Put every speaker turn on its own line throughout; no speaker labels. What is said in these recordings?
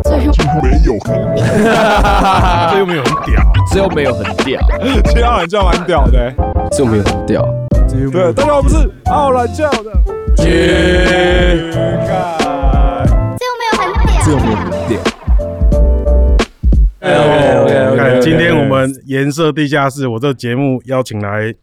没有很
这又没有很屌，
这又没有很屌，
这样软教蛮屌的、欸。
这又没有很屌。
对，大家好，我们是傲软教的。
这又没有很屌，这又没有很屌，
哎今天我们颜色地下室，我这节目邀请来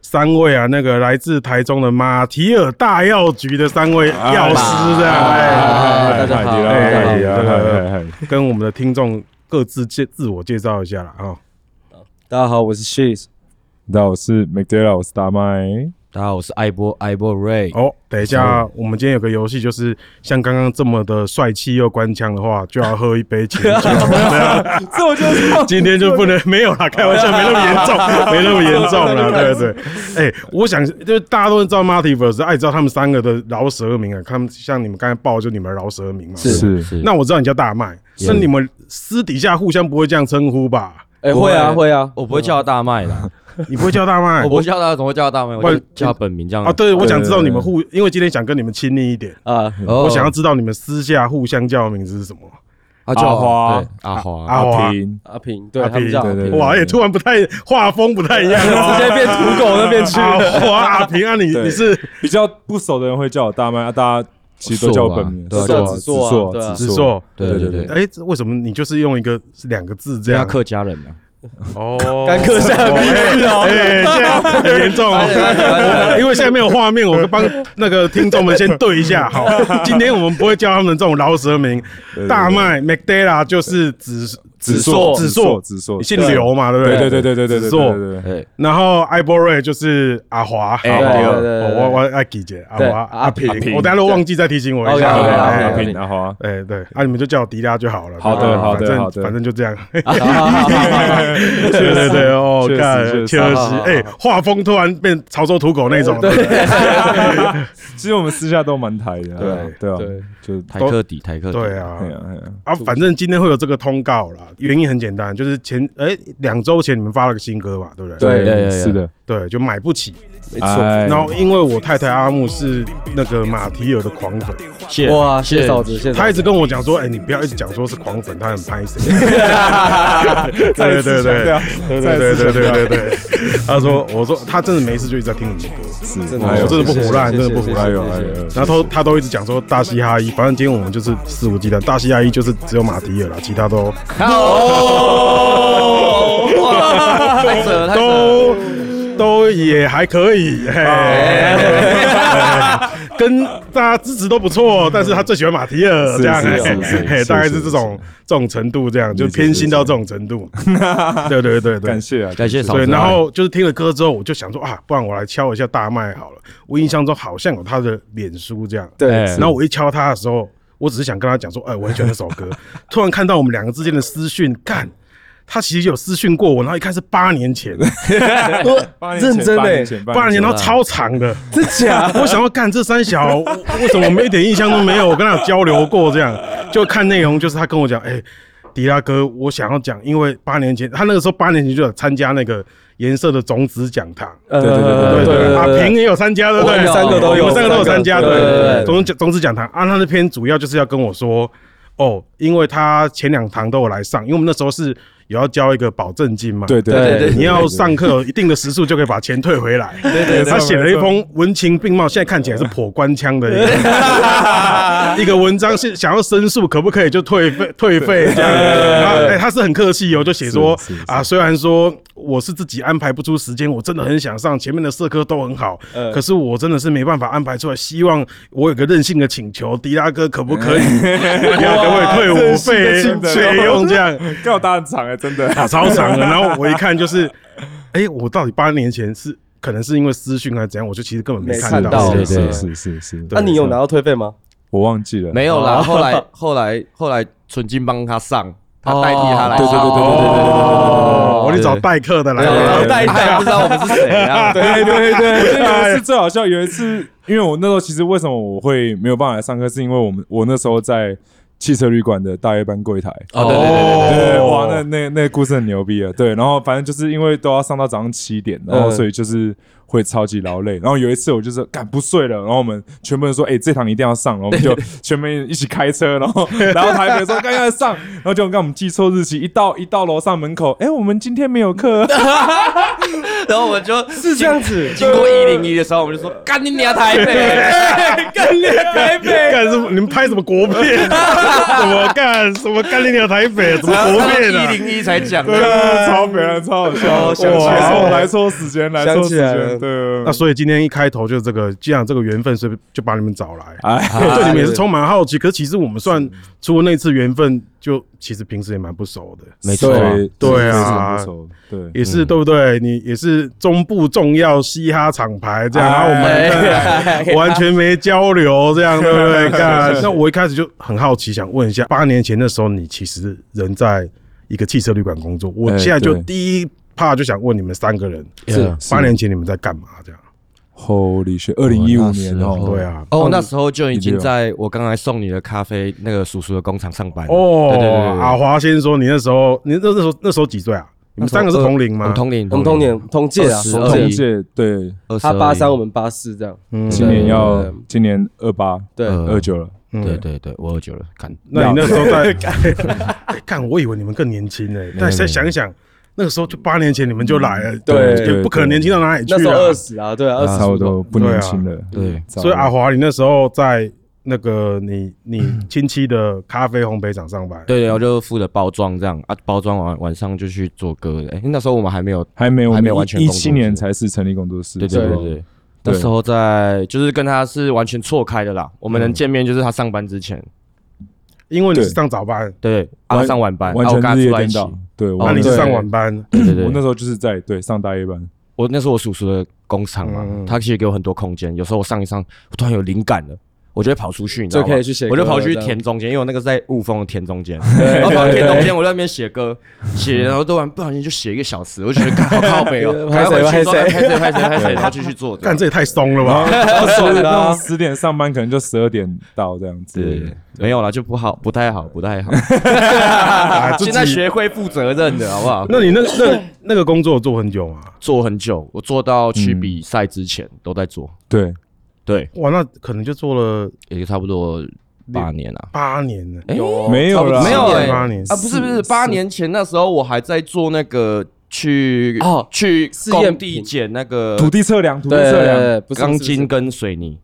三位啊，那个来自台中的马提尔大药局的三位药师，这样
啊
哎，
大家好
哎，这个跟我们的听众各自介自我介绍一下啦啊。
大家好，我是 She's。
那我是 McDella，我是大麦。
大家好，我是艾波艾波 Ray。
哦，等一下，我们今天有个游戏，就是像刚刚这么的帅气又官腔的话，就要喝一杯清酒。
这我就是
今天就不能没有啦，开玩笑，没那么严重，没那么严重啦，对不对？哎、我想就是大家都知道 Multiverse，哎，知道他们三个的饶舌名啊，他们像你们刚才报就你们饶舌名嘛。
是
是
是，
那我知道你叫大麦，那你们私底下互相不会这样称呼吧？
哎、会啊会啊，
我不会叫他大麦 啦，
你不会叫大麦？
我不会叫他，怎么会叫他大麦？
不
我
然
就叫他本名这样
啊，对，我想知道你们互，因为今天想跟你们亲密一点，
啊，
哦
我想要知道你们私下互相叫的名字是什么。
他叫我
阿花
对阿花
阿花
平，
阿平，对
阿
他
平
们叫阿
对对
平，
对
哇，也突然不太画风不太一样哦，
直接变土狗那边去。
啊哇，平安，你
对
你是
比较不熟的人会叫我大麦，啊，大家其实都叫我本名，
硕吧
对啊
子
硕啊
硕
对啊
子
子硕，
对对对，
哎、这为什么你就是用一个两个字这
人家
样？
客家人啊嘛，
哦，
干客下
哦哎哎，现在很严重哦，因为现在没有画面，我帮那个听众们先对一下。好，今天我们不会叫他们这种饶舌名，
对
大麦 McDella 就是紫
子硕
紫
子
硕
硕，子硕，
你姓刘嘛，对不
对
对？
对对对对
子
对对
硕
对。对对，
对，
然后艾波瑞就是阿华，
哎
好
对
好
对对
好
对
我我爱记姐阿
对
华
阿平
阿平
我大家都忘记再提醒我一
对
下。
OK，OK，OK，OK
哎哎
阿
哎
平阿华，
哎，对，啊，你们就叫我迪拉就好了。
好的
对
好的
反正
好的
反正就这样。
对
对对对，哦，
确实
看，
确实
切尔西，哎，画风突然变潮州土狗那种，对
其实我们私下都蛮台的啊，对啊，
对
就
台
都
客底台客底，
对
哎呀
啊。
哎呀，
啊，反正今天会有这个通告啦，原因很简单，就是前哎两周前你们发了个新歌嘛，对不对？
对
对对
是的，
对，就买不起。
没错，
哎
然后因为我太太阿木是那个马提尔的狂粉，
谢
哇，谢谢嫂子，谢谢
她
嫂
一
子。
直跟我讲说，哎，你不要一直讲说是狂粉，她很拍谁。 对对对对对对对对对对， 他说，我说他真的没事就一直在听你们歌，
是，
哎呦真的不胡乱真的不胡
哎
乱
呦哎呦，
然后他都一直讲说大嘻哈一，反正今天我们就是肆无忌惮，大嘻哈一就是只有马迪尔啦，其他都
哦，哇，太扯了，太扯了，
都都也还可以，嘿
啊
跟大家支持都不错，但是他最喜欢马提尔
是
这样，
是
嘿
是是
嘿
是
大概
是
是这种这种程度，这样就是偏心到这种程度， 对对对对
感。谢啊，
感谢嫂
对，
子。
然后就是听了歌之后，我就想说啊，不然我来敲一下大麦好了。我印象中好像有他的脸书这样，
哎
对，
然后我一敲他的时候，我只是想跟他讲说，哎，我很喜欢那首 歌。突然看到我们两个之间的私讯，干，他其实有私讯过我，然后一看是八年前，
八年前
认真
八
哎
年，前
八年前，然后
啊
超长 的。
真假？
我想要干这三小，我为什么我们一点印象都没有？我跟他有交流过，这样就看内容，就是他跟我讲，哎、迪拉哥，我想要讲，因为八年前他那个时候八年前就有参加那个颜色的种子讲堂，
对
对对
对
对
对，阿平也有参加，对不
我
对？
们三个都有
我们三个都有
三个
参加，
对对对
对。
对
总之总之讲堂啊，他那篇主要就是要跟我说，哦，因为他前两堂都有来上，因为我们那时候是有要交一个保证金嘛，
对对对对，
你要上课有一定的时数就可以把钱退回来。对
对
他写了一
没错
封文情并茂，现在看起来是颇官腔的一个 一个文章，是想要申诉可不可以就退 费退费这样。然后哎，他是很客气哦，就写说
是是是
啊，虽然说我是自己安排不出时间，我真的很想上，前面的社科都很好，
呃
可是我真的是没办法安排出来。希望我有个任性的请求，迪拉哥可不 可以？要可不可以退我
任性的
费
请求
费用这样？
跟我搭很长哎，真 的，
打超长的，然后我一看就是，哎、我到底八年前是可能是因为私讯还是怎样，我就其实根本没
没
看
看
到
到。
对
是
对
是是是，
那你有拿到退费吗？
我忘记了，
没有啦，
哦
后来 后来后来，纯金帮他上，他代替他来
对
上，
对对对对对对对对。
哦，我得找代课的来。
然后
对
代替他不知道我们是谁啊，对
对对对，有一次最好笑，有一次，因为我那时候其实为什么我会没有办法来上课，是因为我们我那时候在汽车旅馆的大夜班柜台。
哦，对对对对对，
对，哇，那那那个故事很牛逼啊！对，然后反正就是因为都要上到早上七点，然后
嗯
所以就是会超级劳累。然后有一次我就是干不睡了，然后我们全部人说：“哎、这堂你一定要上。”然后我 们就全部人一起开车，然后然后台北说：“刚要上。”然后就刚我们记错日期，一到一到楼上门口，哎、我们今天没有课。
然后我就是
这样子
经过一零一的时候，我们就说干你娘台北，干你娘台北。
干什么？你们拍什么国片？ 什么干什么干你鸟台北？什么国片啊
一？零一才讲
对
的，，
超美了，超好笑，
哦想起来
哇
了
来错时间，来错
想起
时
来
间，
了
对。
那所以今天一开头就这个，既然这个缘分，所以就把你们找来。
哎，
啊
对你们也是充满好奇，可是其实我们算除了那次缘分，就其实平时也蛮不熟的，
没错啊
哎对
对啊
是是很不错对，
也
嗯
是对不对？你也是中部重要嘻哈厂牌这样，然后我们呃
哎
完全没交流，这样对 不对？干，那我一开始就很好奇，想问一下，八年前的时候，你其实人在一个汽车旅馆工作，我
哎
现在就
对
第一怕就想问你们三个人，呃
是
八年前你们在干嘛？这样，
Holy shit！二零一五年
哦那时候
哦，
对啊，
哦，那时候就已经在我刚才送你的咖啡那个叔叔的工厂上班了。
哦，
对对对对，
阿华先说，你那时候，你那那时候那时候几岁啊？你们三个是同龄
我
吗
们？同龄，
我们同年同届啊，
二十
同
二
同
届，
届对，
二十
他
二
八三，我们八四这样。
嗯，
今年
对
要
对对
今年二八
对，
呃
二九了，
嗯
对对对，我二九了，看
那你那时候 在哎干？我以为你们更年轻呢，但再想一想，那个时候就八年前你们就来了，
对
也不可能年轻到哪里去
那时候
啊
二。十啊，对啊，二十
差不多不年轻了。
对，啊
糟
所以
了
阿华，你那时候在那个你你亲戚的咖啡烘焙厂上班，
对对，我就负责包装这样啊，包装完晚上就去做歌的。哎，那时候我们还没有，
还没有，
还没有
我们
完全
一
工作
七年才是成立工作室，
对对对
吧
对对，那时候在就是跟他是完全错开的啦。我们能见面就是他上班之前，
因为你是
对
上早班，
对，啊
完
上晚班，
完
啊我跟
全
他
日夜
出来一
颠
起。哦
倒。对，我
那你
那
是
时
上
候
晚班，
对对对，
我那时候就是在对上大 夜班，
我那是我叔叔的工厂嘛，
嗯
他其实给我很多空间。有时候我上一上，我突然有灵感了，我就会跑出去，你知
就
道吗
可以去写歌
我
了，
就跑去
这样
田中间，因为我那个是在雾峰的田中间，然后跑去田中间，我在那边写歌，写，然后突然不小心就写一个小时，我就觉得干好靠北哦，
拍
赶
谁
快回
拍谁
去说哎拍谁拍谁拍谁，然后继续做。
干这也太松了
哦
吧？
就是
的
那
啊
种十点上班，可能就十二点到这样
对
子。，
没有啦，就不好，不太好，不太好。
自己
现在学会负责任的好不好？
那你那个那个那个工作有做很久吗？
做很久，我做到去比赛之前都在做，
对，
对，
哇，那可能就做了
也差不多八年啊。
八年呢。
哎，
没有啦，
没有哎、
八年
啊，不是不是，八年前那时候我还在做那个去
哦
去
试验品
工地捡那个
土地测量，土地
对对
测
对
量，
对，不是
钢
不是
筋跟水泥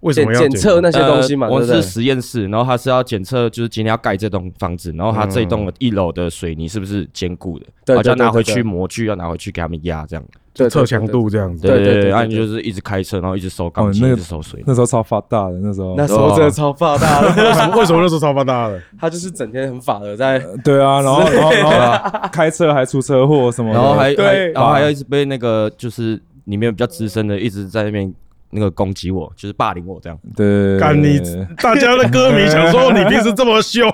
为什
检
么要
检测那些东西嘛，
呃
对
我
不对
是？实验室，然后他是要检测，就是今天要盖这栋房子，然后他这一栋的一楼的水泥是不是坚固的，
对
然后就要
对对
拿回
对
去
对
模具，要拿回去给他们压这样。
对
测强，度这样子？
对
对对
对
对
对，
对
然后
对
你就是一直开车，然后一直收钢
哦
筋，
那
一
个
直收水泥。
那时候超发达的，那时
对对对
候
那时候真的超发达的，
为什么为什么那时候超发大的？
他就是整天很法的在，
对啊，然后然后然后开车还出车祸什么的，
然后还还
对
然后还要一直被那个就是里面比较资深的一直在那边那个攻击我，就是霸凌我这样。
对，
干你！大家的歌迷想说哦你平时这么 凶，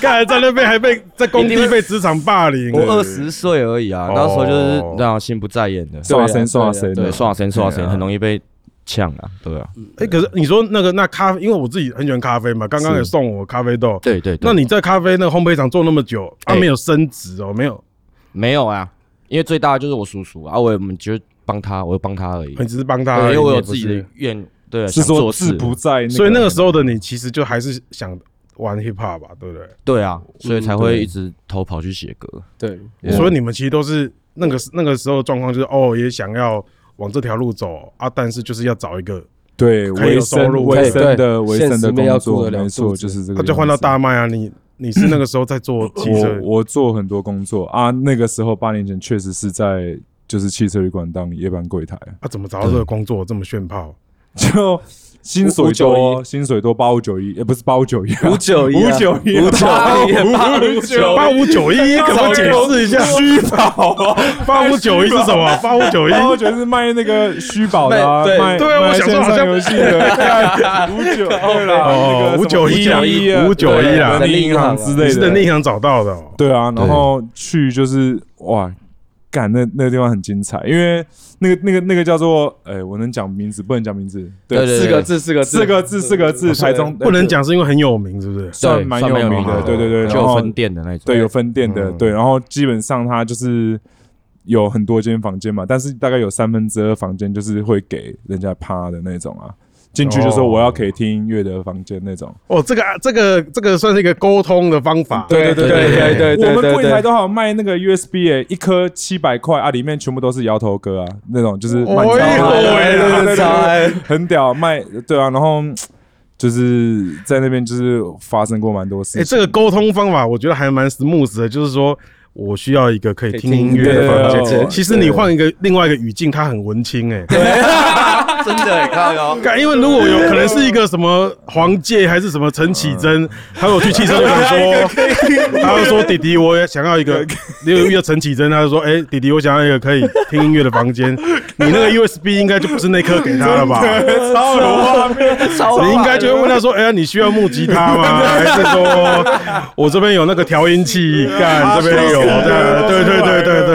干在那边还被在工地被职场霸凌。
我二十岁而已啊，
哦
那时候就是那样心不在焉的，
刷身刷身，
对，啊刷神刷
啊
神，很容易被呛啊，对啊，
哎，可是你说那个那咖啡，因为我自己很喜欢咖啡嘛，刚刚也送我咖啡豆。
对对对
那你在咖啡那个烘焙厂做那么久，啊，
哎
没有升职哦，没有，
没有啊，因为最大的就是我叔叔啊，我也我们就帮他，我就帮他而已，
你
对，
只是帮他
因
而已，
为我
也
有
不
自己的
是。
愿，对，啊
是
呃想
说
做
志
事，
不在，
所以那个时候的你，其实就还是想玩 hip hop 吧，对不对？
对啊，所以才
嗯
会
对
一直偷跑去写歌，
对，
Yeah
所以你们其实都是那个那个时候的状况，就是哦，也想要往这条路走啊，但是就是要找一个，
对
可以
维
有收
生
入
维生
对
的维
现
生的
实面
工
要顾
作，
得了
没
肚
错，
子
就是这个
那
样子。
就换到大麦啊。你你是那个时候在做汽车
我我做很多工作啊，那个时候八年前确实是在就是汽车旅馆当夜班柜台，
啊？怎么找到这个工作这么炫炮？
就薪水
五
多，薪水多八五九一，也不是八五九一，啊
五九一，
五九一，啊
五九一，八五九，
八五九一可不可以解释一下？
虚宝，
八五九一是什么？八五九一
八五九是卖那个虚宝的啊，
卖对
卖
对啊我
卖
想说
线
好
上
像
游戏的，看五九对啦，那个
哦，
什么
五九一啊
591啊，
五九一啊，
人力银行之
你
类
是
的
在，那行找到的哦。
对啊，然后去就是哇，干那那个地方很精彩，因为那个那个那个叫做，哎、我能讲名字，不能讲名字，
对对
四个字，四个字，
四个字，四个字，台中
不能讲是因为很有名，是不是？
算蛮有名的，对对对，
就
然
有
后
分店的那种，
对有分店
嗯
的，对，然后基本上它就是有很多间房间嘛，但是大概有三分之二房间就是会给人家趴的那种啊，进去就
哦
说我要可以听音乐的房间那种，
哦，这个啊这个这个算是一个沟通的方法。哎
对
对
对
对对对，
我们柜台
都
都好卖那个 USB 诶，一颗七百块啊，里面全部都是摇头歌啊，那种就是满超
哎呦
对对对对对
哎
对，很屌卖对啊，然后就是在那边就是发生过蛮多
哎，
事情，
这个沟通方法我觉得还蛮 smooth 的，就是说我需要一个可以听
可以听
音乐的
音乐
房
的房
间。
间
其实你换一个另外一个语境，它很文青哎。
真的欸，看到没有
干因为如果有可能是一个什么黄玠还是什么陈绮贞，他有去汽 车旅馆说，他就说弟弟，我也想要一个，你有遇到陈绮贞，他就说，哎，弟弟，我想要一个可以听音乐的房 间。你那个 USB 应该就不是那颗给他了吧？
超有画面，
你应该就会问他说，哎，你需要木吉他吗？ 还是说我这边有那个调音 器，干这边有，对对对对对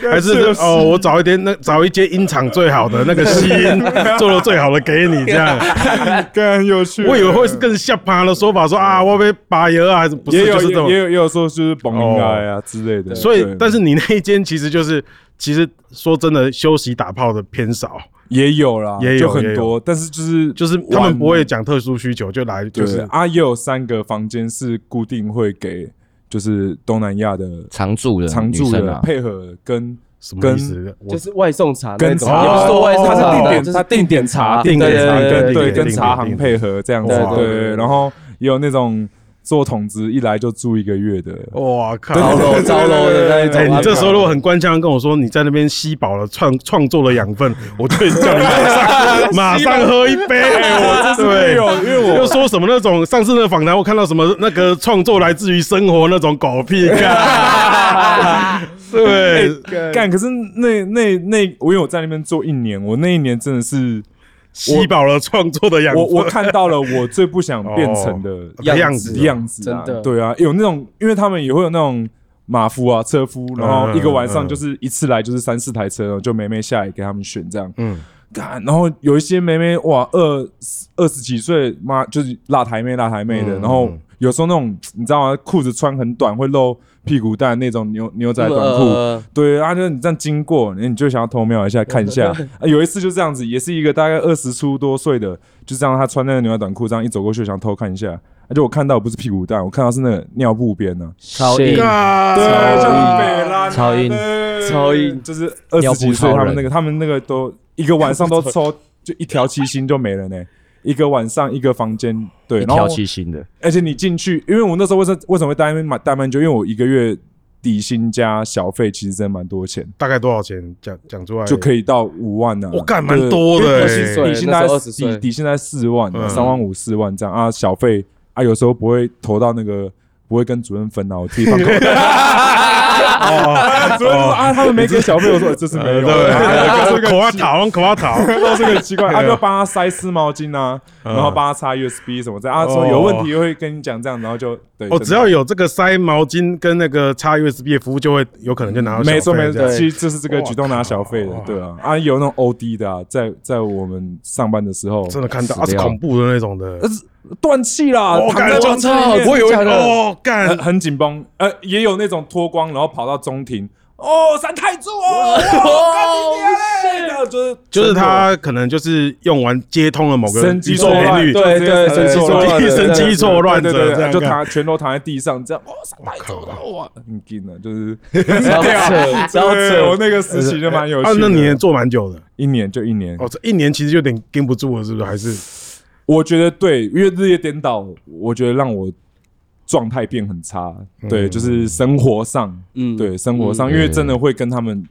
对，还啊是哦，我找一间那找一间音场最好的那个吸 音做的最好的给你这样。哎
更有趣。
我以为会是更下趴的说法，说啊，我被拔油啊，还是不是
嗯也有
就是这种哦
也。有也有说就是蹦应该啊之类的，
所以
对，
但是你那一间其实就是，其实说真的，休息打炮的偏少，
也有啦，
也有
就很
也
多
有，
但是就是
就是他们不会讲特殊需求就来，就
就是
是
啊，也有三个房间是固定会给就是东南亚的
常住的
常
女
住
生
的
啊，
配合跟
什么
跟
意思？我
就是外送茶那
跟
种，
茶
也不是说外送
它
茶，
是定点，
就是
它定点茶，
定点
对
茶
对
定点
对对，
定点
跟茶行
定点
配合这样子，
对
对
对对
对。然后也有那种做筒子一来就住一个月的，
哇靠！
招楼招楼的
啊
那一
哎，
种。
你这时候如果很官腔跟我说你在那边吸饱了创创作的养分，我就叫你马上 马上喝一杯。哎我这
对，
对
有，因为
又
我
说什么那种上次那个访谈，我看到什么那个创作来自于生活那种狗 屁干，
哎
对，
干，可是那那那，我因为我在那边做一年，我那一年真的是。
吸饱了创作的养
我
分。
我看到了我最不想变成的
的哦样
子
子
样子啊
真的，
对啊，有那种，因为他们也会有那种马夫啊、车夫，然后一个晚
嗯嗯
上
嗯
就是一次来就是三四台车，然后就妹妹下来给他们选这样，
嗯
嗯，干，然后有一些妹妹哇，二二十几岁，妈就是辣台妹、辣台妹的，
嗯
然后有时候那种你知道吗，裤子穿很短会露屁股蛋那种牛牛仔短裤，
呃
对啊，就是你这样经过，你就想要偷瞄一下看一 下、啊有一次就这样子，也是一个大概二十出多岁的，就这样他穿那个牛仔短裤，这样一走过去想偷看一下，而且我看到不是屁股蛋，我看到是那个尿布边呢、
超硬
硬，
啊
对，
硬
像北拉
超硬
超硬
就是二十几岁
尿布超人
他们那个他们那个都一个晚上都抽就一条七星就没了 呢。一个晚上一个房间，对，
一
然后
条七星的，
而且你进去，因为我那时候为什为什么会待买待蛮久，因为我一个月底薪加小费其实真的蛮多钱，
大概多少钱？讲讲出来
就可以到五万呢、啊。
我干蛮多的
对
欸
因为底薪底薪大
那时候
概
20岁
底底薪大概四万啊
嗯，
三万五四万这样啊。小费啊，有时候不会投到那个，不会跟主任分啊，我自 己放口袋。 主任就说啊，他们没 给小费，我说呃这是没
呃
有
哦对
啊，
对，
这
对
是个
口啊讨，口啊讨。
都是个 奇怪，他
对啊
就帮他塞湿毛巾啊，
嗯
然后帮他插 USB 什么的啊，说有问题会跟你讲这样，然后就对，
哦，
真的
只要有这个塞毛巾跟那个插 USB 的服务，就会有可能就拿到小费。
没错没
这
错，
样
其实就是这个举动拿小费的
哇，
对啊，啊有那种 OD 的啊，在在我们上班的时候
真的看到
死
啊，是
掉
恐怖的那种的。
断气啦，
我
躺
感
在
我
床上
操
里，面
我以为
真的假的
哦干
很，很紧绷，呃，也有那种脱光然后跑到中庭，哦，三太柱哦，哇干你娘嘞这样就是
就是他可能就是用完接通了某个
神机
宇宙
错
频
乱，
率，
对对，
神机错
乱
乱
对
神机错乱
对
者
对
这
对，
样
就
干
躺全都躺在地上这样，哦，三太柱了，
啊
哇，很劲的，就是
超扯，超
对
扯，
我那个实习就蛮有趣
啊
的，，
那你也做蛮久的
一年就一年，
哦，这一年其实有点跟不住了，是不是？还是
我觉得对，因为日夜颠倒，我觉得让我状态变很差。对，就是生活上，
嗯
对生活上，因为真的会跟他们，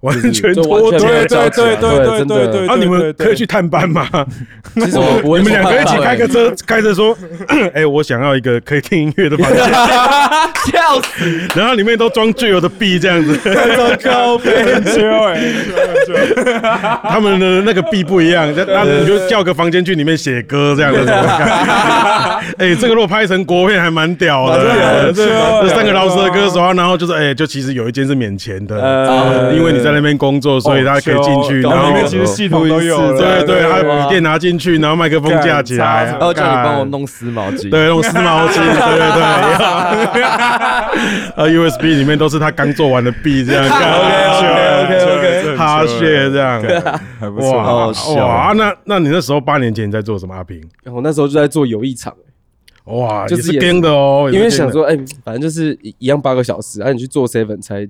完全
就
脱
完全没
队
有。交集啊对真的
啊，你
对
们
对
可以去探班 吗？
其实我不
你
会
们
说
两
话
个
的，
一起开个车，开着说， 哎，我想要一个可以听音乐的房 间，
笑死！
然后里面都装巨有的币这样子，
高飞对，
他们的那个币不一样，那那你就叫个房间去里面写歌这样子， 哎，这个如果拍成国片还蛮屌的，
对
这三个饶舌歌手，然后就是哎，就其实有一间是免钱的，
呃
因为你在那边工作，所以他可以进去，然
然后
后
里面其实系统都有了，
对对，他笔电拿进去，然后麦克风架起来，啊
干
然后叫你帮我弄湿毛巾。
对，用湿毛巾，对对对，呃，USB 里面都是他刚做完的币，这样
OK，OK，OK，OK
哈血这样，
还不
哇，
错。
好笑
哇，那那你那时候八年前你在做什么？阿平，
我那时候就在做友谊场，
哇，
就
也
是
是
也
跟的哦，
因
也
为
是 gang
想
的
说，哎，反正就是一一样八个小时，啊然后你去做 seven 才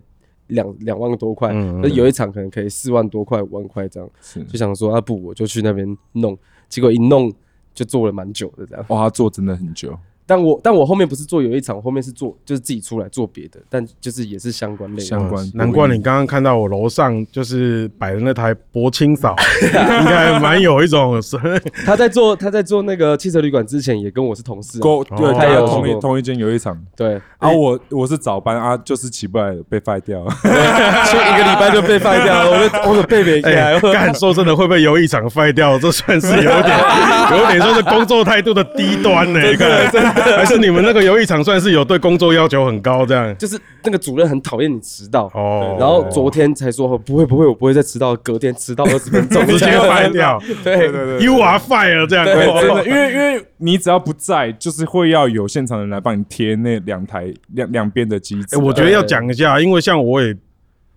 两两万多块，
嗯嗯
那有一场可能可以四万多块、五万块这样，就想说啊不，我就去那边弄，结果一弄就做了蛮久的这样。
哇，他做真的很久，
但我但我后面不是做有一场，我后面是做就是自己出来做别的，但就是也是相关类的
相。关
难怪你刚刚看到我楼上就是摆的那台博清 扫，应该蛮有一种是
他在做他在做那个汽车旅馆之前，也跟我是同事啊、
够对，
哦
大
他
家
有
同
做
一
过
同一间有一场
对，
啊，我我是早班啊，就是起不来了，被 fire 掉了。
所以一个礼拜就被放掉了，我就我的背背起来
哎，，干说真的，会被游艺场废掉，这算是有 点有点算是工作态度的低端呢、看还是你们那个游艺场算是有对工作要求很高这 样？
就是那个主任很讨厌你迟到。
哦，
然后昨天才说哦不会不会，我不会再迟到，隔天迟到二十分钟
直接废掉
对对
，You are fire 这样，
对，
哇
真的，因为因为你只要不在，就是会要有现场人来帮你贴那两台两两边的机子
哎、。我觉得要讲一下，因为像我也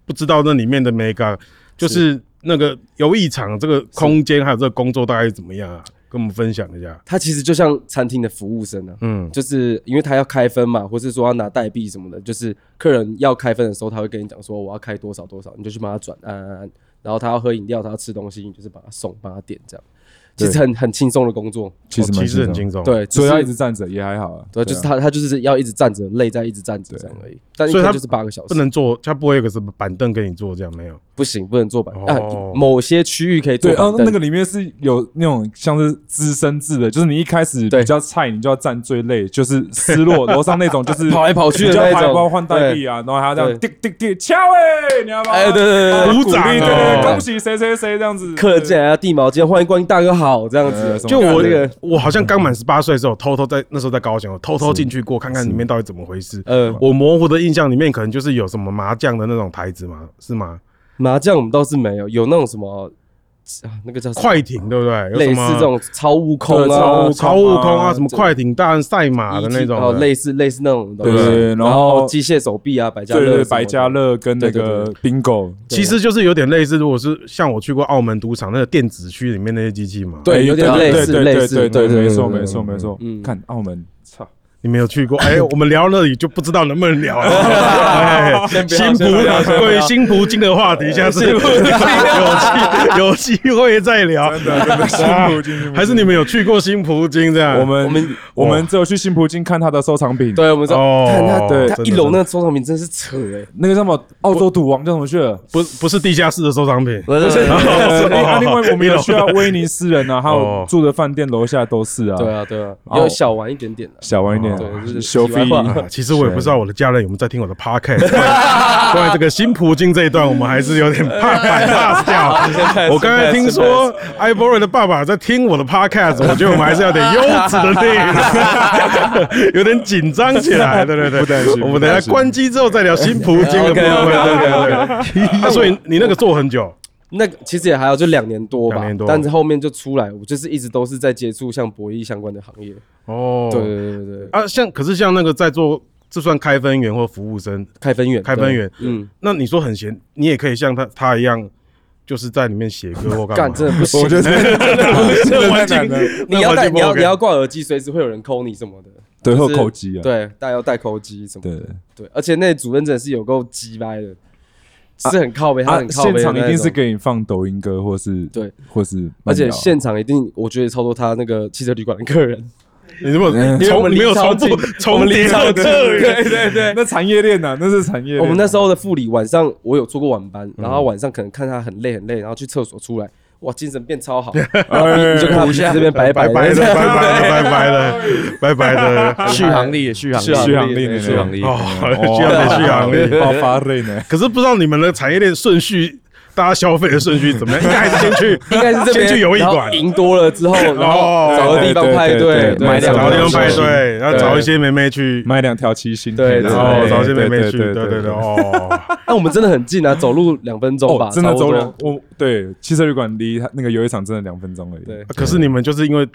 不知道那里面的 mega 就是那个游艺场这个空间还有这个工作大概是怎么样啊？跟我们分享一下。
他其实就像餐厅的服务生啊，
嗯，
就是因为他要开分嘛，或是说要拿代币什么的，就是客人要开分的时候，他会跟你讲说我要开多少多少，你就去帮他转按按按，然后他要喝饮料，他要吃东西，你就是帮他送帮他点这样，其实很很轻松的工作，
其实
哦
蛮
其实很
轻
轻松，
对，，只
所以
是
要一直站着也还好啊。
对，就是他他就是要一直站着，累在一直站着这样而已，但一
所以
天
他
就是八个小时，
不能坐，他不会有个什么板凳给你坐这样没有？
不行不能坐板啊
哦，
某些区域可以坐
对，
板
哦，
凳
那个里面是有那种像是资深制的，就是你一开始
对
比较菜，你就要站最累，就是失 落楼上那种，就是
跑来跑去的
你就要
那
跑来
种
跑去换代币啊，然后还要这样滴
对
滴滴敲哎，你要不要？
哎对对对对
哦
鼓掌
励对
哦
对，对恭喜谁谁谁这样子。
客人进来要递毛巾，欢迎光临大哥好这样
呃
子，
什么
就我
那个
我好像刚满十八岁的时候，偷偷在那时候在高雄，我偷偷进去过看看里面到底怎么回事。
呃
我模糊的印象里面，可能就是有什么麻将的那种台子嘛，是吗？
麻将我们倒是没有，有那种什么啊那个叫什么
快艇对不对？有什
类似
么
这种超悟空
对
啊
超
超
悟。
超悟空啊，
啊
什么快艇大战赛马的那种
哦，
的，
类似类似那种东西，
对对对
然
然后
机械手臂啊，百家
对
乐什么
对对，
的，
百家乐跟那个 bingo，
啊
其实就是有点类似，如果是像我去过澳门赌场那个电子区里面那些机器嘛，
对
哎
有点
对
类似
对
类似
对对
对
对，
对
没错
对对
没错没错
嗯。
看澳门，操，
你没有去过， 哎，我们聊到那里就不知道能不能聊了。哎
先不要
新葡
先不要先不要哎
关于新葡京的话题，下次有机有机 会再聊。啊
真的 真的辛苦辛苦辛苦
还是你们有去过新葡京这样？
我们
哎我们
我们只有去新葡京看他的收藏品，
对，我们说
哦
看他
对
他
真的
一楼那个收藏品真是扯哎，
那个叫什么澳洲赌王叫什么去了？
不不是地下室的收藏品，
我 就是
呃另外另外我们有去到
一楼
威尼斯人 啊，还
哦
有住的饭店楼下都是啊。
对，啊对啊，
哦
要小玩一点点的，
小玩一点，
对就是
修费
喜欢
啊其实我也不知道我的家人有没有在听我的 podcast。关于这个新葡京这一段，我们还是有点怕反怕掉。我刚才听说艾博瑞的爸爸在听我的 podcast，我觉得我们还是要点优质的内容，有点紧张起来。对对对，
不担心
我们等一
不担
下
心
关机之后再聊新葡京的部分。对对对。啊所以你那个做很久，
那个其实也还好，就两年多吧
两年，多
但是后面就出来，我就是一直都是在接触像博弈相关的行业，
哦
对对对对对，
啊，像可是像那个在做，这算开分员或服务生，
开分院，
开分
对
员
嗯，
那你说很闲，你也可以像他他一样，就是在里面写歌或干
干
嘛？
真的不行，
这个环境
太难了
你要戴
那环
你
境不
要
OK
你要挂耳机，随时会有人抠你什么的。
对，
就
会
是
有扣机啊。
对，大家要戴扣机什么的。
对
对，而且那主任真的是有够鸡掰的，是很靠背，他
啊，
很靠
现
背。
场一定是，给你哦放抖音歌，或是
对，
或是啊
而
慢摇
且现场一定，我觉得超多他那个汽车旅馆的客人，
你有没有
因为我
重
们
没
离
有
超
重
近，
复
我
重
们
叠
离超
到
近，
这里？
对对对。
那产业链呐，那是产业链。啊
我们那时候的副理晚上我有做过晚班，
嗯
然后晚上可能看他很累很累，然后去厕所出来，哇，精神变超好，然后你你就看他鼻子这边白
拜拜
的
的，，拜拜的，拜拜的，拜拜
啊
的。
续航力，续航力，
续航力
续航力。
哦，需要点续航力。
爆发力呢？
可是不知道你们的产业链顺序大家消费的顺序怎么样？应该还是先去，
应该是这边
先去游艺馆
然后，赢多了之后，然后找个地方派
哦对对对
对，
对
买两
对
找
个
地方
对
排
对
队，然后找一些妹妹去，
买两条七星，
对
然
对
后
对
找一些妹妹去，
对
对对对，哦，
那我们真的很近啊，走路两分钟吧
哦，，真的
差不多
走两，我对汽车旅馆离它那个游乐场真的两分钟而已。
对，
啊可是你们就是因为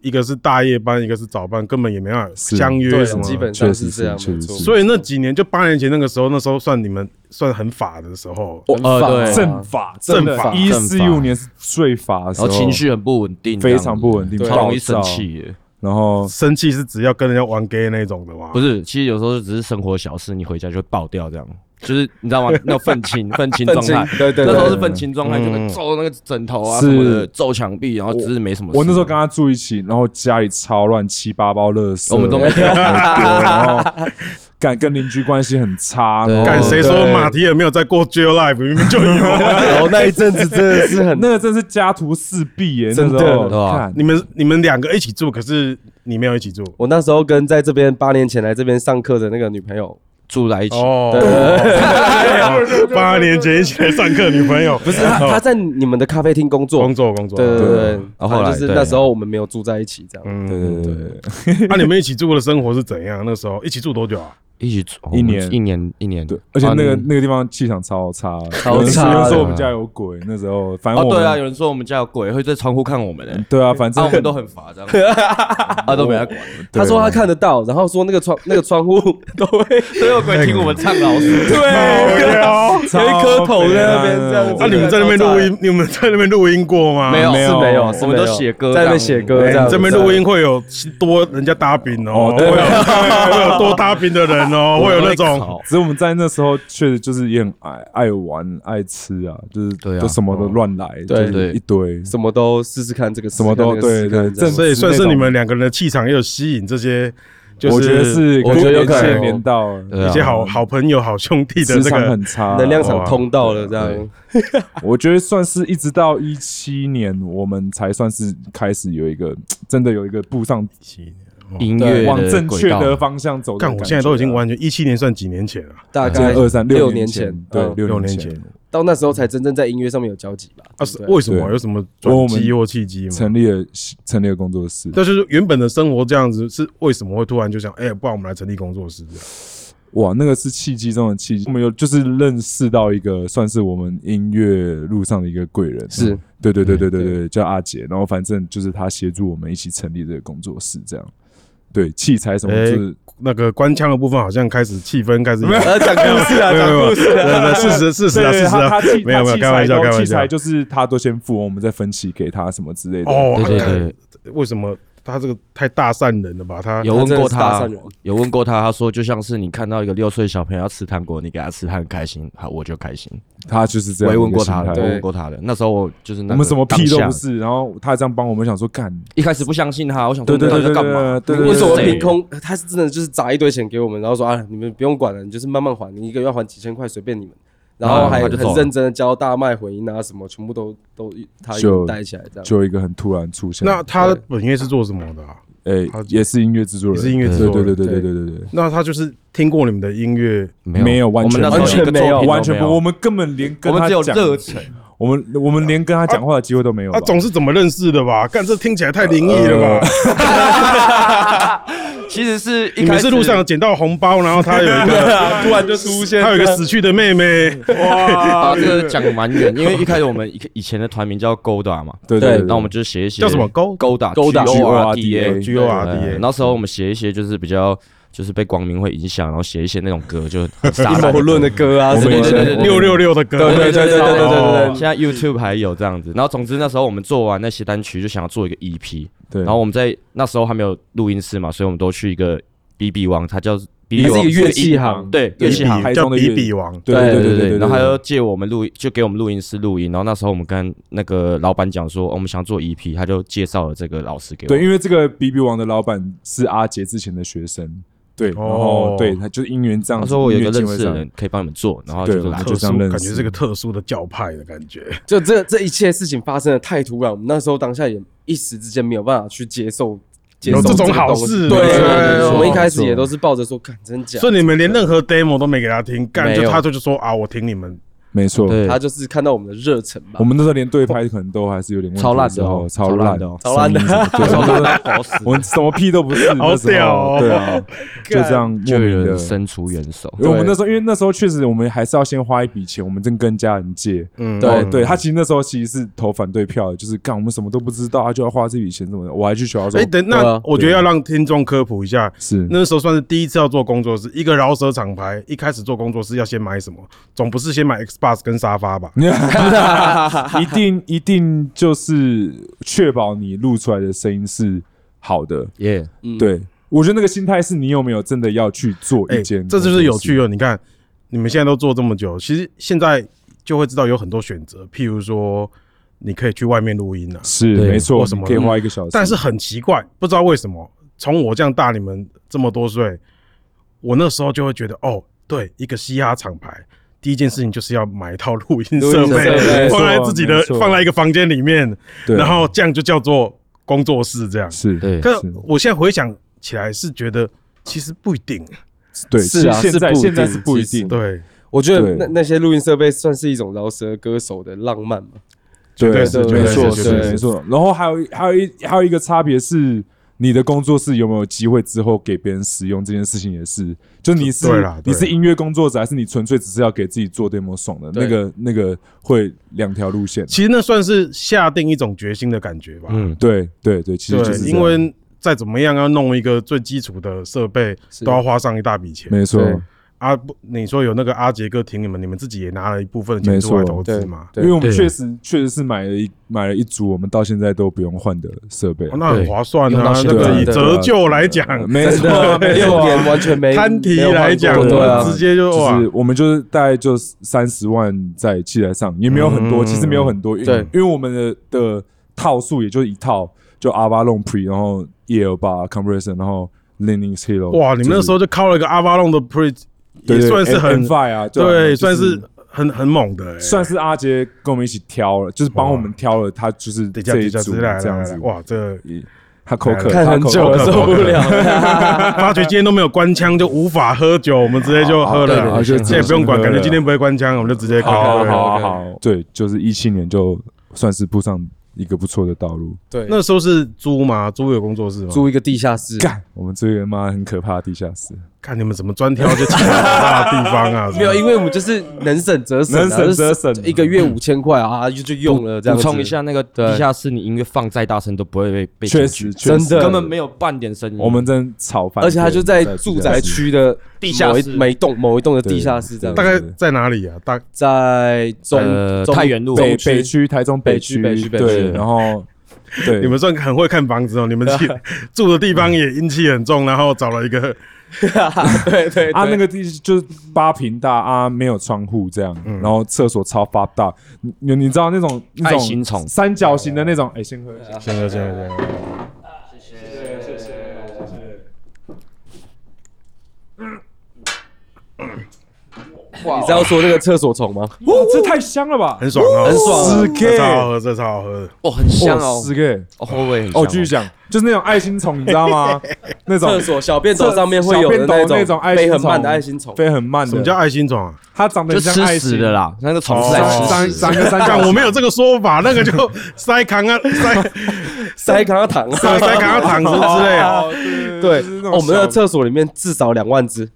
一个是大夜班，一个是早班，根本也没办法
是
相约
对
什么，
基本
确
上
实
是
是
这样，
确
没
实
错
是。
所以那几年就八年前那个时候，那时候算你们算很法的时候，
很
呃
法
对
正法，
正法
一四一
正
五
法
年是最法的时
然后
候，
情绪很不稳定，
非常不稳定，
这样子，超容易
暴躁
生，气的。
然后
生气是只要跟人家玩 gay 那种的吗？
不是，其实有时候只是生活小事，你回家就会爆掉，这样就是你知道吗？ 那愤青，愤青状态，
对对
那时候
对，
是愤青状态，就会
嗯
揍那个枕头啊
是
什么的，揍墙壁，然后只是没什么事。
我那时候跟他住一起，然后家里超乱，七八包垃圾，
我们都没
很多，然后感跟邻居关系很差，然后
干谁说
对
马蹄尔没有在过 J Life，明明就 有。
然后那一阵子真的 是很
那个真是家徒四壁耶，
真的
那时候
对吧
看
你们你们两个一起住，可是你没有一起住。
我那时候跟在这边八年前来这边上课的那个女朋 友，
住在一起，
哦，八年前一起来上课，女朋友不哦
不是她，她在你们的咖啡厅工作
工。作工作。
对对对，然
然后
后
后来
就是
对
那时候我们没有住在一起，这样。
对
嗯，
对对对，对
那啊你们一起住的生活是怎样？那时候一起住多久啊？
一起住
一年
一年一年，
对，而且那个
嗯
那个地方气场超差，
超
有人
差
有人说
的
我们家有鬼，那时候反正
哦
我
对啊，
们
有人说我们家有鬼会在窗户看我们呢，
对啊，反
啊
正
我们都很乏这样，啊都没人管，
她说她看得到，然后说那个窗那个窗户都会
都有鬼听我们唱老鼠，
对，
有
有一颗头在那边这样子
那啊你们在那边录音，你们在那边录音过吗？
没有
哦没有
是没有，
我们都写歌
在那边
这
写
样
歌
哎。
这样
你
子。
这边录音会有多人家搭兵哦，
哦
会
对
有会有多搭兵的人 哦，会有那
我们会
种
考
只是我们在那时候确实就是也很爱爱玩爱吃啊，就是
对啊
就什么都乱来，
对
就是一堆
什么都试试看，这个
什么都对对，
这
正
所以算
那
是
种
你们两个人的气场也有吸引这些，就是
我觉得是
我觉得有
可
可
能
能
连到
对
一
啊
些好好朋友、好兄弟的
磁
这
场
个
很差，啊
能量场
哇
通到了这
对
样。
我觉得算是一直到一七年，我们才算是开始有一个真的有一个步上
音乐的
往正确
轨
的
道
方向走的
干，
感觉啊。
我现在都已经完全一七年算几年前了，啊
大
这
概
二三
六
年
前，
对
嗯
六
六年
前
前
到那时候才真正在音乐上面有交集吧。
啊，
对
是
不对
为什么
对
有什么
我
转
们
机或契机吗？
成立了成立了工作室。
但就是原本的生活这样子，是为什么会突然就想，哎，不然我们来成立工作室这样？
哇，那个是契机中的契机。我们有就是认识到一个算是我们音乐路上的一个贵人，嗯
是
对
嗯
对对对对对，叫阿杰。然后反正就是他协助我们一起成立这个工作室，这样。对器材什么
哎
就是
那个官腔的部分好像开始气氛开始有，
呃，讲故事 啊，
没有没
讲
有
故事啊。
对对事实事实啊
对
事实
他
啊
他器，
没有没
他
有
器
开玩笑
材
开
都器
玩笑
材，就是他都先付，我们再分期给他什么之类的。
哦，
对对
啊
对，
干为什么他这个太大善人了吧？他
有问
他真的
过
是搭
他
讪人，
有问过他，他说就像是你看到一个六岁小朋友要吃糖果，你给他吃，他很开心，好，我就开心。
他就是这
我也
样一个
问过
心
他的，
态
我问过他的。那时候我就是那个
我们什么屁都
当
不
下，
是，然后他这样帮我们，想说干，
一开始不相信他，我想说
对对对
你到底
对
在干
对
嘛？
对，对
为什么
对
凭空？他是真的就是砸一堆钱给我们，然后说啊，你们不用管了，你就是慢慢还，你一个月要还几千块，随便你们。然后还
然后他就走了
很认真的教大麦混音啊，什么全部都都他一
就
路带起来这样。
就一个很突然出现？
那他本业是做什么的啊？
诶
他
也是音乐制作人，
也是音乐制作
对
人
对对对对对对对。
那他就是听过你们的音乐，
没有
没有完
我们
全
那时候
完全
一个作
没有
品都
完全不，
没有
我们根本连跟
我
他
们只有
讲，
热啊忱，
我们我们连跟他讲话的机会都没有吧。
他啊总是怎么认识的吧？干这听起来太灵异了吧？
其实是一
你
开
们
始
是路上捡到红包，然后他有一个突然就出现，他有一个死去的妹妹，哇，
啊，这个讲蛮远，因为一开始我们以以前的团名叫 Goda 嘛，
对对
对
对，
那我们就是写一写
叫什么勾
Goda
Goda
G O R D A
G O R D
对
A，
那时
嗯
候我们写一些就是比较就是被光明会影响，然后写一些那种歌就 很傻
阴
烂
谋论的歌啊，
我
什
们
么
以
的
前
对对对
六六六的歌，
对对对对对对
哦
对
现在 YouTube 还有这样子，然后总之那时候我们做完那些单曲，就想要做一个 EP，
对，
然后我们在那时候还没有录音室嘛，所以我们都去一个 BB 王，它叫 BB
对，
王
它是一个乐器行，
对 E 乐
比
器
比
行，
台
叫
中的乐
比比王，
对对
对
对对对，
然后他就借我们录，就给我们录音室录音，然后那时候我们跟那个老板讲说、哦我们想做 EP，他就介绍了这个老师给我
对，
们。
因为这个比比王的老板是阿杰之前的学生，对，然后
哦
对他就是因缘这样子，
他说我有一
因
个认
缘际会
识的
上
人可以帮你们做，然后就是
对
来
我
特
就这样
殊
认识
感觉是个特殊的教派的感觉，
就这这一切事情发生的太突然，我们那时候当下也一时之间没有办法去接受。接受
有这种
个
好
东西
事
对
没错
没错
我们一开始
没错
也都是抱着说，看真假，
所以你们连任何 demo 都没给他听，干
没
就
有
他就就说啊，我听你们
没错，
对
他就是看到我们的热忱吧
我。们那时候连对拍可能都还是有点问题
超烂
时
的哦
候，超
超烂
烂
的哦
超烂的
声音什 么对，
搞死
我们什么屁都不是，
好
那时候
屌哦
对啊， 就这样
就
莫
有
名
人
的。
伸出援 手。
因为我们那时候，因为那时候确实我们还是要先花一笔钱，我们正跟家人借。
嗯，
然后
对
对他其实那时候其实是投反对票的，就是干我们什么都不知道，他就要花这笔钱什么的。我还去学校说
哎，，等
对
那
啊
我觉得要让听众科普一下，
是
那时候算是第一次要做工作室，一个饶舌厂牌，一开始做工作室要先买什么？总不是先买 Xbox 跟沙发吧？
一定一定就是确保你录出来的声音是好的。
耶，
嗯
对，我觉得那个心态是你有没有真的要去做
哎、
一件、
这就是有趣。哦！你看，你们现在都做这么久，其实现在就会知道有很多选择，譬如说，你可以去外面录音啊，
是
对
没错
或，什么嗯
你可以花一个小时，
但是很奇怪，不知道为什么，从我这样大你们这么多岁，我那时候就会觉得，哦，对，一个嘻哈厂牌。第一件事情就是要买一套录音设
录音设备
备，
没
错
放在自己的
没，错
放在一个房间里面，
对
然后这样就叫做工作室，这样。
是
对
可
是
我现在回想起来，是觉得其实不一定。
对，
是
其实
啊
现
是
在
不一
现在
定
是不一
其实
定，
对，
我觉
对
得那那些录音设备算是一种饶舌歌手的浪漫吧。
对
对
是
没错，
对
是
对
没错。然后还有一还有一还有一个差别是。你的工作室有没有机会之后给别人使用这件事情也是，就你是
对啦
你
对
是音乐工作者，还是你纯粹只是要给自己做 demo 爽的？
对
那个那个会两条路线。
其实那算是下定一种决心的感觉吧。
嗯，
对对对，其实就
对
是，这样
因为再怎么样要弄一个最基础的设备，
是
都要花上一大笔钱。
没错，
对
啊，不，你说有那个阿杰哥挺你们，你们自己也拿了一部分的钱出来投资嘛？
因为我们确实确实是买了一买了一组我们到现在都不用换的设备
哦，那很划算
对用到！
啊
现
那
在
个以
对
折旧来讲，
呃没错， 没
六
错
年完全没
摊提
没有换
来讲，
过对
我
啊
直，接就哇
就，是我们就是大概就三十万在器材上，也没有很多，
嗯
其实没有很多，因为
对
因为我们的的套数也就一套，就 Avalon Pre，然后 EL 八 Compression，然后 Linux Hero，
哇！你们那时候就靠了个阿巴隆的 Pre，也算是很
f i 啊，啊
对，算。
就是
是很很猛的欸，
算是阿杰跟我们一起挑了，就是帮我们挑了，他就是
等一下
这
等
一
一下，
组
直接来
这
来
样
来
子
来，。哇，这个
一，他口渴，
看很
他口渴
久了
他口渴
受不了。
发觉今天都没有关枪，就无法喝酒，我们直接就喝
啊
了，
啊对对对
现在不用管，
先喝
感
了
觉今天不会关枪，我们就直接喝。
好好好
对
好，对，就是一七年就算是步上一个不错的道路。
对，
那时候是租吗？租有工作室吗？
租一个地下室，
干，我们这个妈很可怕的地下室，
看你们怎么专挑就其他的地方啊？
没有，因为我们就是能省则省啊，
能省
就是
则省啊
一个月五千块啊，就就用了这样
补
子。
充一下，那个地下室你音乐放再大声都不会被被
确
进去
实，确实
真的
根本没有半点声音。
我们真炒饭，
嗯而且他就在住宅
地下室，
区的
地下室
某一每一栋某一栋的地下室这样
大
子，
概在哪里啊？大
在中
呃
中
太原路
北
中
北区、台中
北
区，
区北区北
对，
区
然 后对，
你们算很会看房子哦，你们去住的地方也阴气很重，然后找了一个
对对
啊，
对
那个地就是八平大啊，没有窗户这样，
嗯
然后厕所超发大，你你你知道那种那种
爱心虫
三角形的那
啊
种，哎，先喝一下。
现在现在
你知道说那个厕所虫吗？
哇，这太香了吧！
很爽哦，
很爽啊
这这超好喝，这超好喝的。
哦很香
哇
哦，
十个。
哦后味很香
哦，继续讲，就是那种爱心虫，你知道 吗？那种
厕所小便斗上面会有
小
的
便斗
种
种爱
飞
心
很
虫
慢的爱心虫，
飞很慢的。
什么叫爱心虫啊？
它长得
就
很像
吃
爱
屎
心
的？啦，那个虫
哦
是在
长
吃屎的。
长个三角
但
形，
我没有这个说法，那个就塞扛啊塞
塞卡拉糖。
塞塞扛啊糖之之类啊。
哦 对，哦
种
我们
小
的厕所里面至少两万只。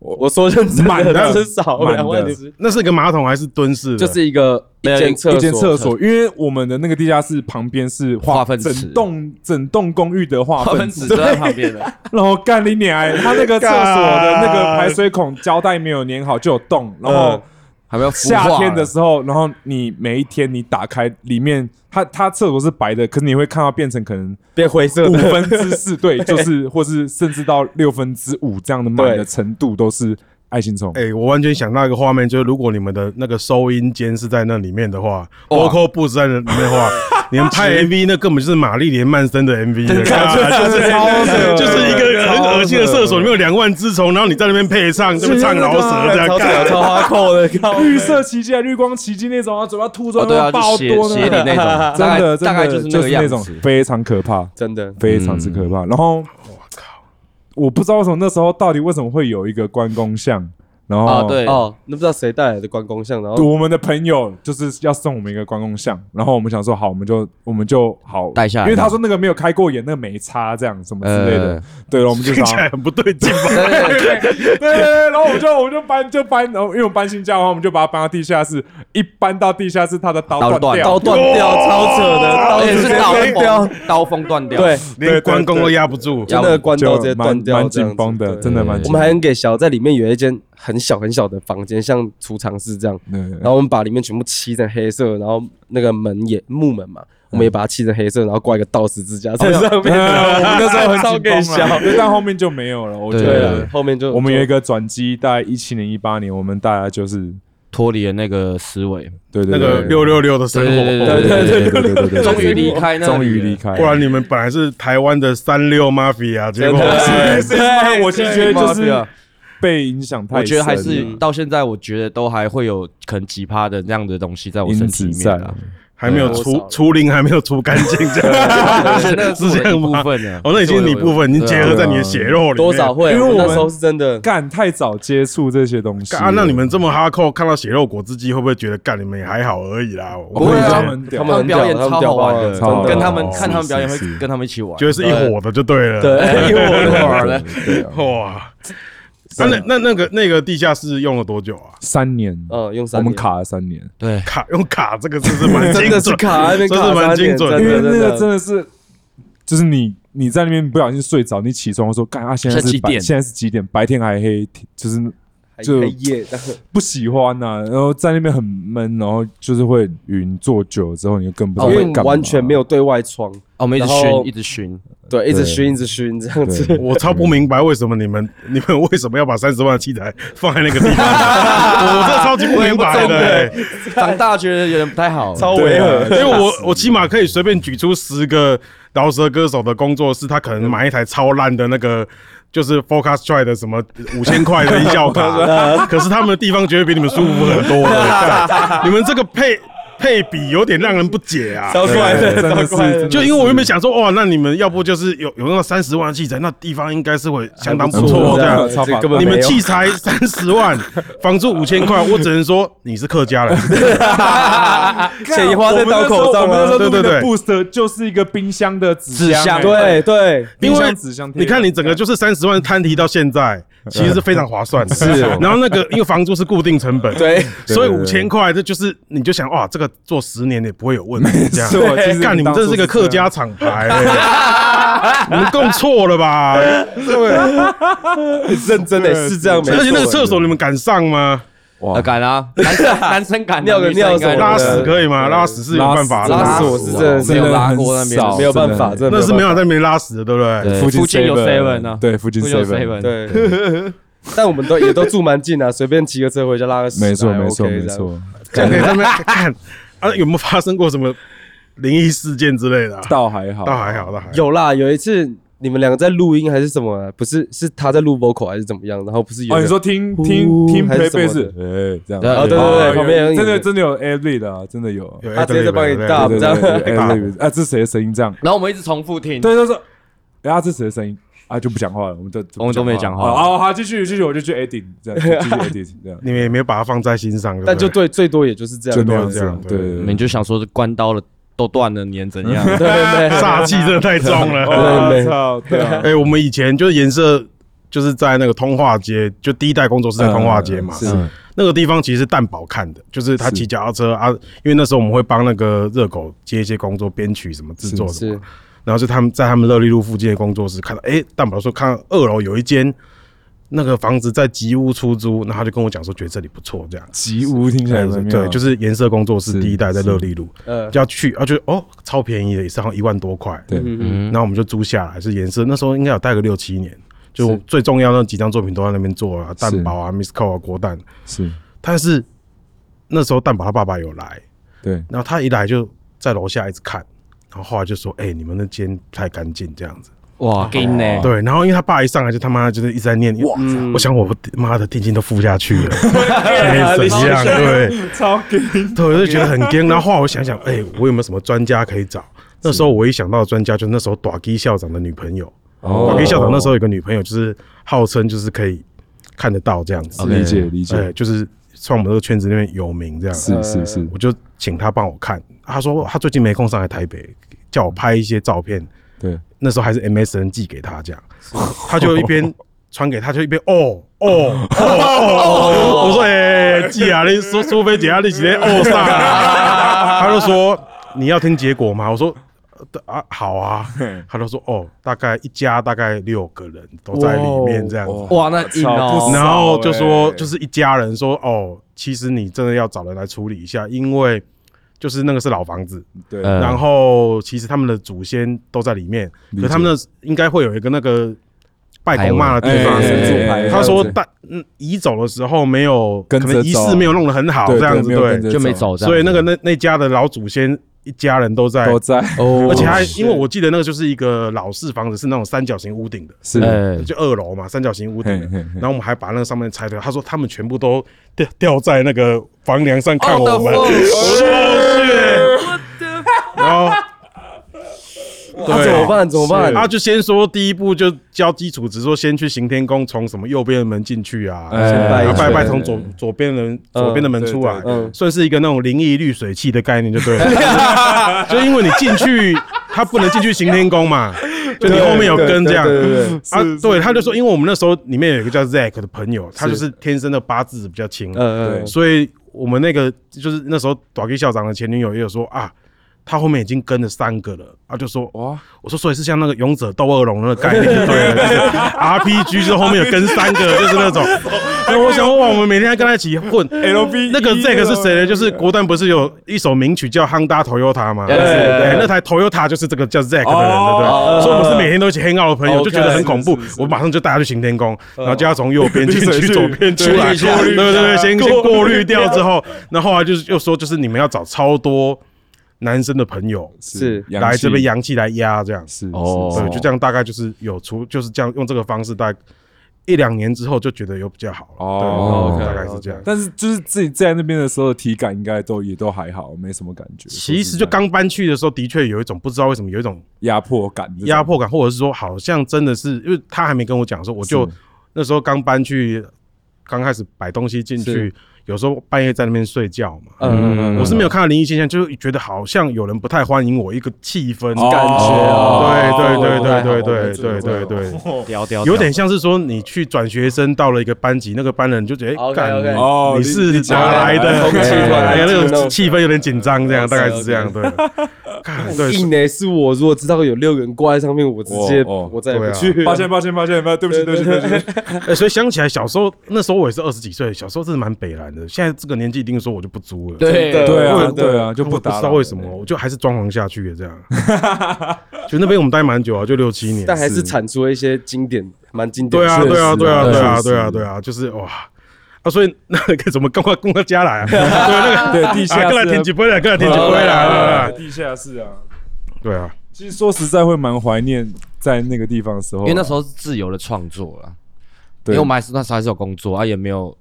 我说认真
满的
的，至少
满的
两万只，
那是个马桶还是蹲式的？
就是一个一间厕所，
一间厕所，因为我们的那个地下室旁边是
化粪池
整栋整栋公寓的化
花
粪
分
池
子，就在旁边 的，
然后干你娘欸！他那个厕所的那个
干
排水孔胶带没有粘好就有洞，然后
嗯
还没有孵化
夏天的时候，然后你每一天你打开里面，它它厕所是白的，可是你会看到变成可能
变灰色
五
的，
分之四，对，就是或是甚至到六分之五这样的满的程度都是爱心虫。
哎、我完全想到一个画面，就是如果你们的那个收音间是在那里面的话，vocal 布是在那里面的话，你们拍 MV 那根本就是玛丽莲曼森的 MV，啊 就是
超扯
就是一个很恶心的厕所，里面有两万只虫，然后你在那边配唱，这边唱饶舌 这样
超扯
干。
超花扣的， 靠
绿色奇迹、绿光奇迹那种啊，嘴巴吐出
哦
来
对啊，
那种爆
就鞋
多
鞋底那种，
真
大概
的
大概就
真的
是
就
那个
是
样
那种
子。嗯
非常可怕，
真的，
非常之可怕。然后我靠，我不知道为什么那时候到底为什么会有一个关公像，然后
啊对
哦，那不知道谁带来的关公像，然后
我们的朋友就是要送我们一个关公像，然后我们想说好，我们就我们就好
带下来
因为他说那个没有开过眼，那个没擦这样什么之类的
呃，
对，然后我们就
听
想
起来很不对劲吧？
对对对，然后我们就我们就搬就搬，然后因为我们搬新家，然后我们就把它搬到地下室，一搬到地下室，他的刀
刀
断
断
刀
掉，
断掉，超扯的，刀
而且
直
哎是
接
刀
断掉，
锋，刀锋断掉。
对，，
连关公都压不住，
真的关刀直接断掉，
就蛮
这样子
蛮紧绷的
对
真
的蛮紧
我
绷
们还很给小，在里面有一间很小很小的房间，像储藏室这样，
对
然后我们把里面全部漆成黑色，然后那个门也木门
嗯
嘛，我们也把它漆成黑色，然后挂一个倒十字架在上 面。
呃我们那时候
超
很
给
紧绷
笑
啊，对但后面就没有了。我觉
对
对
得
啊，后面就
我们有一
就
个转机，大概一七年、一八年，我们大家就是
脱离了那个思维，
对
那
对
个六六六的生活。
对对对对对，
终于离开那里了
终于离开，
不然你们本来是台湾的三六 mafia，结果
对是吗？我是
对
觉得
对
就是被影响太
我
深了，
觉得还是到现在，我觉得都还会有可能几趴的那样的东西在我身
因
体
子
里
在
面啊。
还没有
对
除
啊
除零，还没有除干净，这样
对那是我的一部分啊 呢。
哦，那已经是你部分已经结合在你的血肉里面，
多少会，啊
因为我
那
们
时候是真的，
干太早接触这些东西了。
干啊，那你们这么哈扣，看到血肉果汁机会不会觉得干你们也还好而已啦？我
不会
我
啊
以
他
前
们
他们
屌
他们
很
表演
屌他
超
们屌
好玩
爆了
的，
超好玩
跟他们
哦
看他们表演会
是是
跟他们一起玩
觉。得是一伙的就对了。
对，因为我的
玩 了，
哇，那那那那个那个地下室用了多久啊？
三年，
嗯，用
我
三
们
年，
卡了三年，
对，哦
卡用卡这个字是蛮精
真的是
准，
卡在那边
真
卡
是蛮
三年
精 准
因
的
真
为
的
那个
真
真
的。
的是，就是你你在那边不小心睡着，你起床说干啊，现在
现在
是
几
白
点
现在是几点？白天还黑，就是就哦
黑夜，
不喜欢呐、然后在那边很闷，然后就是会晕，坐久了之后你就更不知道
哦因
在
为
干嘛啊
完全没有对外窗，
我们一直
然后
熏，一直熏，
对，一直
对
熏，一直熏这样子。
对
我超不明白为什么你们 你们为什么要把三十万的器材放在那个地 方？我这超级不明白的、欸。
长大觉得有点不太好。
超
违和
因为我我起码可以随便举出十个饶舌歌手的工作室，他可能买一台超烂的那个。就是 Focus Try 的什么五千块的音 效卡，可是他们的地方绝对比你们舒服很多 的。干你们这个配配比有点让人不解 啊！
超怪的，
真的
超
是
怪的，
就因为我原本想说，哇，那你们要不就是有有那三十万的器材，那地方应该是会相当不错这样。
超棒
根本
你们
没有
器材三十万，房租五千块，我只能说你是客 家人。
钱花在刀口
我
上
们那
啊
时候，对
对
对
对对
对，Booster 就是一个冰箱的纸
纸箱
箱，哎
对
欸
对，
因
冰
为
箱纸箱贴啊
你看你整个就是三十万摊提到现在，其实是非常划算的。
是
然后那个因为房租是固定成本，
对，
所以
对对
五
对
千块这就是你就想哇，这个做十年也不会有问题。这样
错其实
干你们这是个客家厂牌、欸你们弄错了吧？
认真的是这样，没
而且那个
错
厕所你们敢上吗？
呃敢啊，男生男生敢啊
尿个
女生
尿
应该
什么的
拉屎可以吗？拉屎是有办法的，
拉
拉
屎
屎
我是真的是
没有拉
很
过那边的
少
没有办法，
真的
真的
那是没
办
有在那边拉屎的，对不对？
对
附
附近有
seven
seven 啊
对，附近
不就
seven，
seven
法对。但我们都也都住蛮近啊，随便骑个车回家拉个屎，
没错
还
没错
OK
没
这样。
错，
这样可以在那边看啊，有没有发生过什么灵异事件之类的啊？
倒还好，
倒还好，倒还好。
有啦，有一次你们两个在录音还是什么啊？不是，是他在录 vocal 还是怎么样？然后不是有
哦，
人
你说听
呼
听听
还
play
是
b a
什
s
么
哎，这样，
对
哦
对对
哦
对
有
旁边有
真的
影子
真的有 a v 的啊，真的有，
有
他直接在帮你
对
大
对
这样
对对
大
Adlib 啊，这是谁的声音？这样，
然后我们一直重复听，
对，就是，哎呀，这是谁的声音？啊，就不讲话了，我们都
我们都没讲话
哦好，好，继续继续，我就去 edit 这样，继续 edit 这样，
你们也没有把它放在心上，
但就
对不对
对，最多也就是这
就
样
那
那样
样
子
子
啊，
对
对
你
对
们
对，
就想说关刀了都断了，你能怎样？
对
哎
对对，
煞气真的太重了。
我操，对啊，
哎，我们以前就是颜色。就是在那个通化街，就第一代工作室在通化街嘛，
嗯是
那个地方其实是蛋宝看的，就是他骑脚踏车啊，因为那时候我们会帮那个热狗接一些工作，编曲什么制作什么
是
的，然后就他们在他们乐利路附近的工作室看到，哎、蛋宝说看到二楼有一间那个房子在吉屋出租，那他就跟我讲说觉得这里不错，这样。
吉屋听起来很妙
对，就是颜色工作室第一代在乐利路，
呃，
就要去，啊，就哦超便宜的，也是好像一万多块，
对
嗯嗯
然后我们就租下来，是颜色那时候应该有待个六七年，就最重要的那几张作品都在那边做啊，蛋堡啊、Miss Co 啊、国蛋，
是，
但是那时候蛋堡他爸爸有来，
对，
然后他一来就在楼下一直看，然后后来就说，哎、你们那间不太干净这样子。
哇，给呢？
对，然后因为他爸一上来就他妈就是一直在念，哇，我想我妈的定金都付下去了， 哎怎样？ 对，
超给
对，我就觉得很惊。然后后来我想想，哎，我有没有什么专家可以找？那时候我一想到的专家，就是那时候哦短基校长的女朋友。短基校长那时候有个女朋友，就是号称就是可以看得到这样子。
理解理
哎，
解，
就是算我们这个圈子里面有名这样。
是是是，
我就请他帮我看，他说他最近没空上来台北，叫我拍一些照片。
对，
那时候还是 MSN 寄给他这样，他就一 边传给他，就一边哦哦哦 哦，我说哎寄啊，你苏苏菲姐啊，你直接哦上啊，他就说你要听结果吗？我说。啊，好啊，他就说哦，大概一家大概六个人都在里
哦
面这样子，
哇，那硬
不
哦
是，
然后就
少
说
欸
就是一家人说哦，其实你真的要找人来处理一下，因为就是那个是老房子，
对，
呃嗯
然后其实他们的祖先都在里面，
理
可
解
是他们的应该会有一个那个拜公骂的地
哎
方
哎哎哎哎哎哎。
他说大嗯移走的时候没有，可
跟着
能仪式没有弄得很好
对
这样子，
没有跟
对，
着
就没走，这样
所以那个那那家的老祖先一家人都在。
都在，
哦
而且还，
是
因为我记得那个就是一个老式房子，是那种三角形屋顶的，
是
呃，
就二楼嘛，三角形屋顶的
哎嘿嘿。嘿
然后我们还把那个上面拆掉。他说他们全部都掉掉在那个房梁上看我们。 我说是。然后
啊怎么办？怎么办？
他哎就先说第一步就教基础，只说先去行天宫，从什么右边的门进去啊，
哎
然后拜拜
对
从左左边的人左边的门出来
嗯对，
嗯
算是一个那种灵异滤水器的概念就对 了。就因为你进去，他不能进去行天宫嘛，就你后面有跟这样。
对对对对
啊，对，他就说，因为我们那时候里面有一个叫 Zack 的朋友，他就是天生的八字比较轻，
嗯嗯
所以我们那个就是那时候短 K 校长的前女友也有说啊，他后面已经跟了三个了，啊就说哇，我说所以是像那个勇者斗恶龙那个概念就对了就是，RPG 就是后面有跟三个，就是那种。所以我想哇，我们每天还跟他一起混
LV
那个 Zack 是谁呢？就是国丹不是有一首名曲叫 Honda Toyota 吗？对对，那台 Toyota 就是这个叫 Zack 的人，对不对？所以我们是每天都一起 hang out 的朋友，就觉得很恐怖。我马上就带他去行天宫，然后叫他从右边进去，左边出来，对对对，先先过滤掉之后，那后来就是又说，就是你们要找超多男生的朋友
是
来这边
养
阳气来压这样，
是
哦
对，就这样大概就是有出，就是这样用这个方式大概。一两年之后就觉得有比较好
哦
OK，
对大概是这样。
但是就是自己在那边的时候，体感应该都也都还好，没什么感觉。
其实就刚搬去的时候，的确有一种不知道为什么有一种
压迫感，
压迫感，或者是说好像真的是，因为他还没跟我讲说，我就是那时候刚搬去，刚开始摆东西进去
是，
有时候半夜在那边睡觉嘛。
嗯
我是没有看到灵异现象，就是觉得好像有人不太欢迎我，一个气氛
感觉啊
对对对对对
这个
对
不太好
对对对，
屌屌，
有点像是说你去转学生到了一个班级，那个班人就觉得哎，
OK，
干
OK
哦
你
你
是
你
哪来的？
空气突然
哎
安静
那
那
个
种
气氛有点紧张，这样大概是这样对。 干对
嗯，硬呢是我如果知道有六个人挂在上面，我直接
哦哦
我再也
对啊
不去。
抱歉，抱歉，抱歉，抱歉，对不起，对不起，对不起。
哎，所以想起来小时候，那时候我也是二十几岁，小时候真的蛮北蓝的。现在这个年纪一定说我就不租了，
真
对
的
对
我
啊，
也，
对啊，就
不
不
不
打
知道为什么，我就还是装潢下去的这样。就那边我们待蛮久啊，就六七年。
但还是产出了一些经典，蛮经典
对
的。
啊，
确实
对啊，对啊，
啊
对啊，
确实
对啊，对啊，就是哇啊，所以那个怎么跟我跟我家来啊？对那个
对地
啊，
下
过来
室
舔几杯来，过来舔几杯来。
地下室啊。
对啊，
其实说实在，会蛮怀念在那个地方的时候啊，
因为那时候是自由的创作了，因
对
为我们还是那时候还是有工作啊，也没有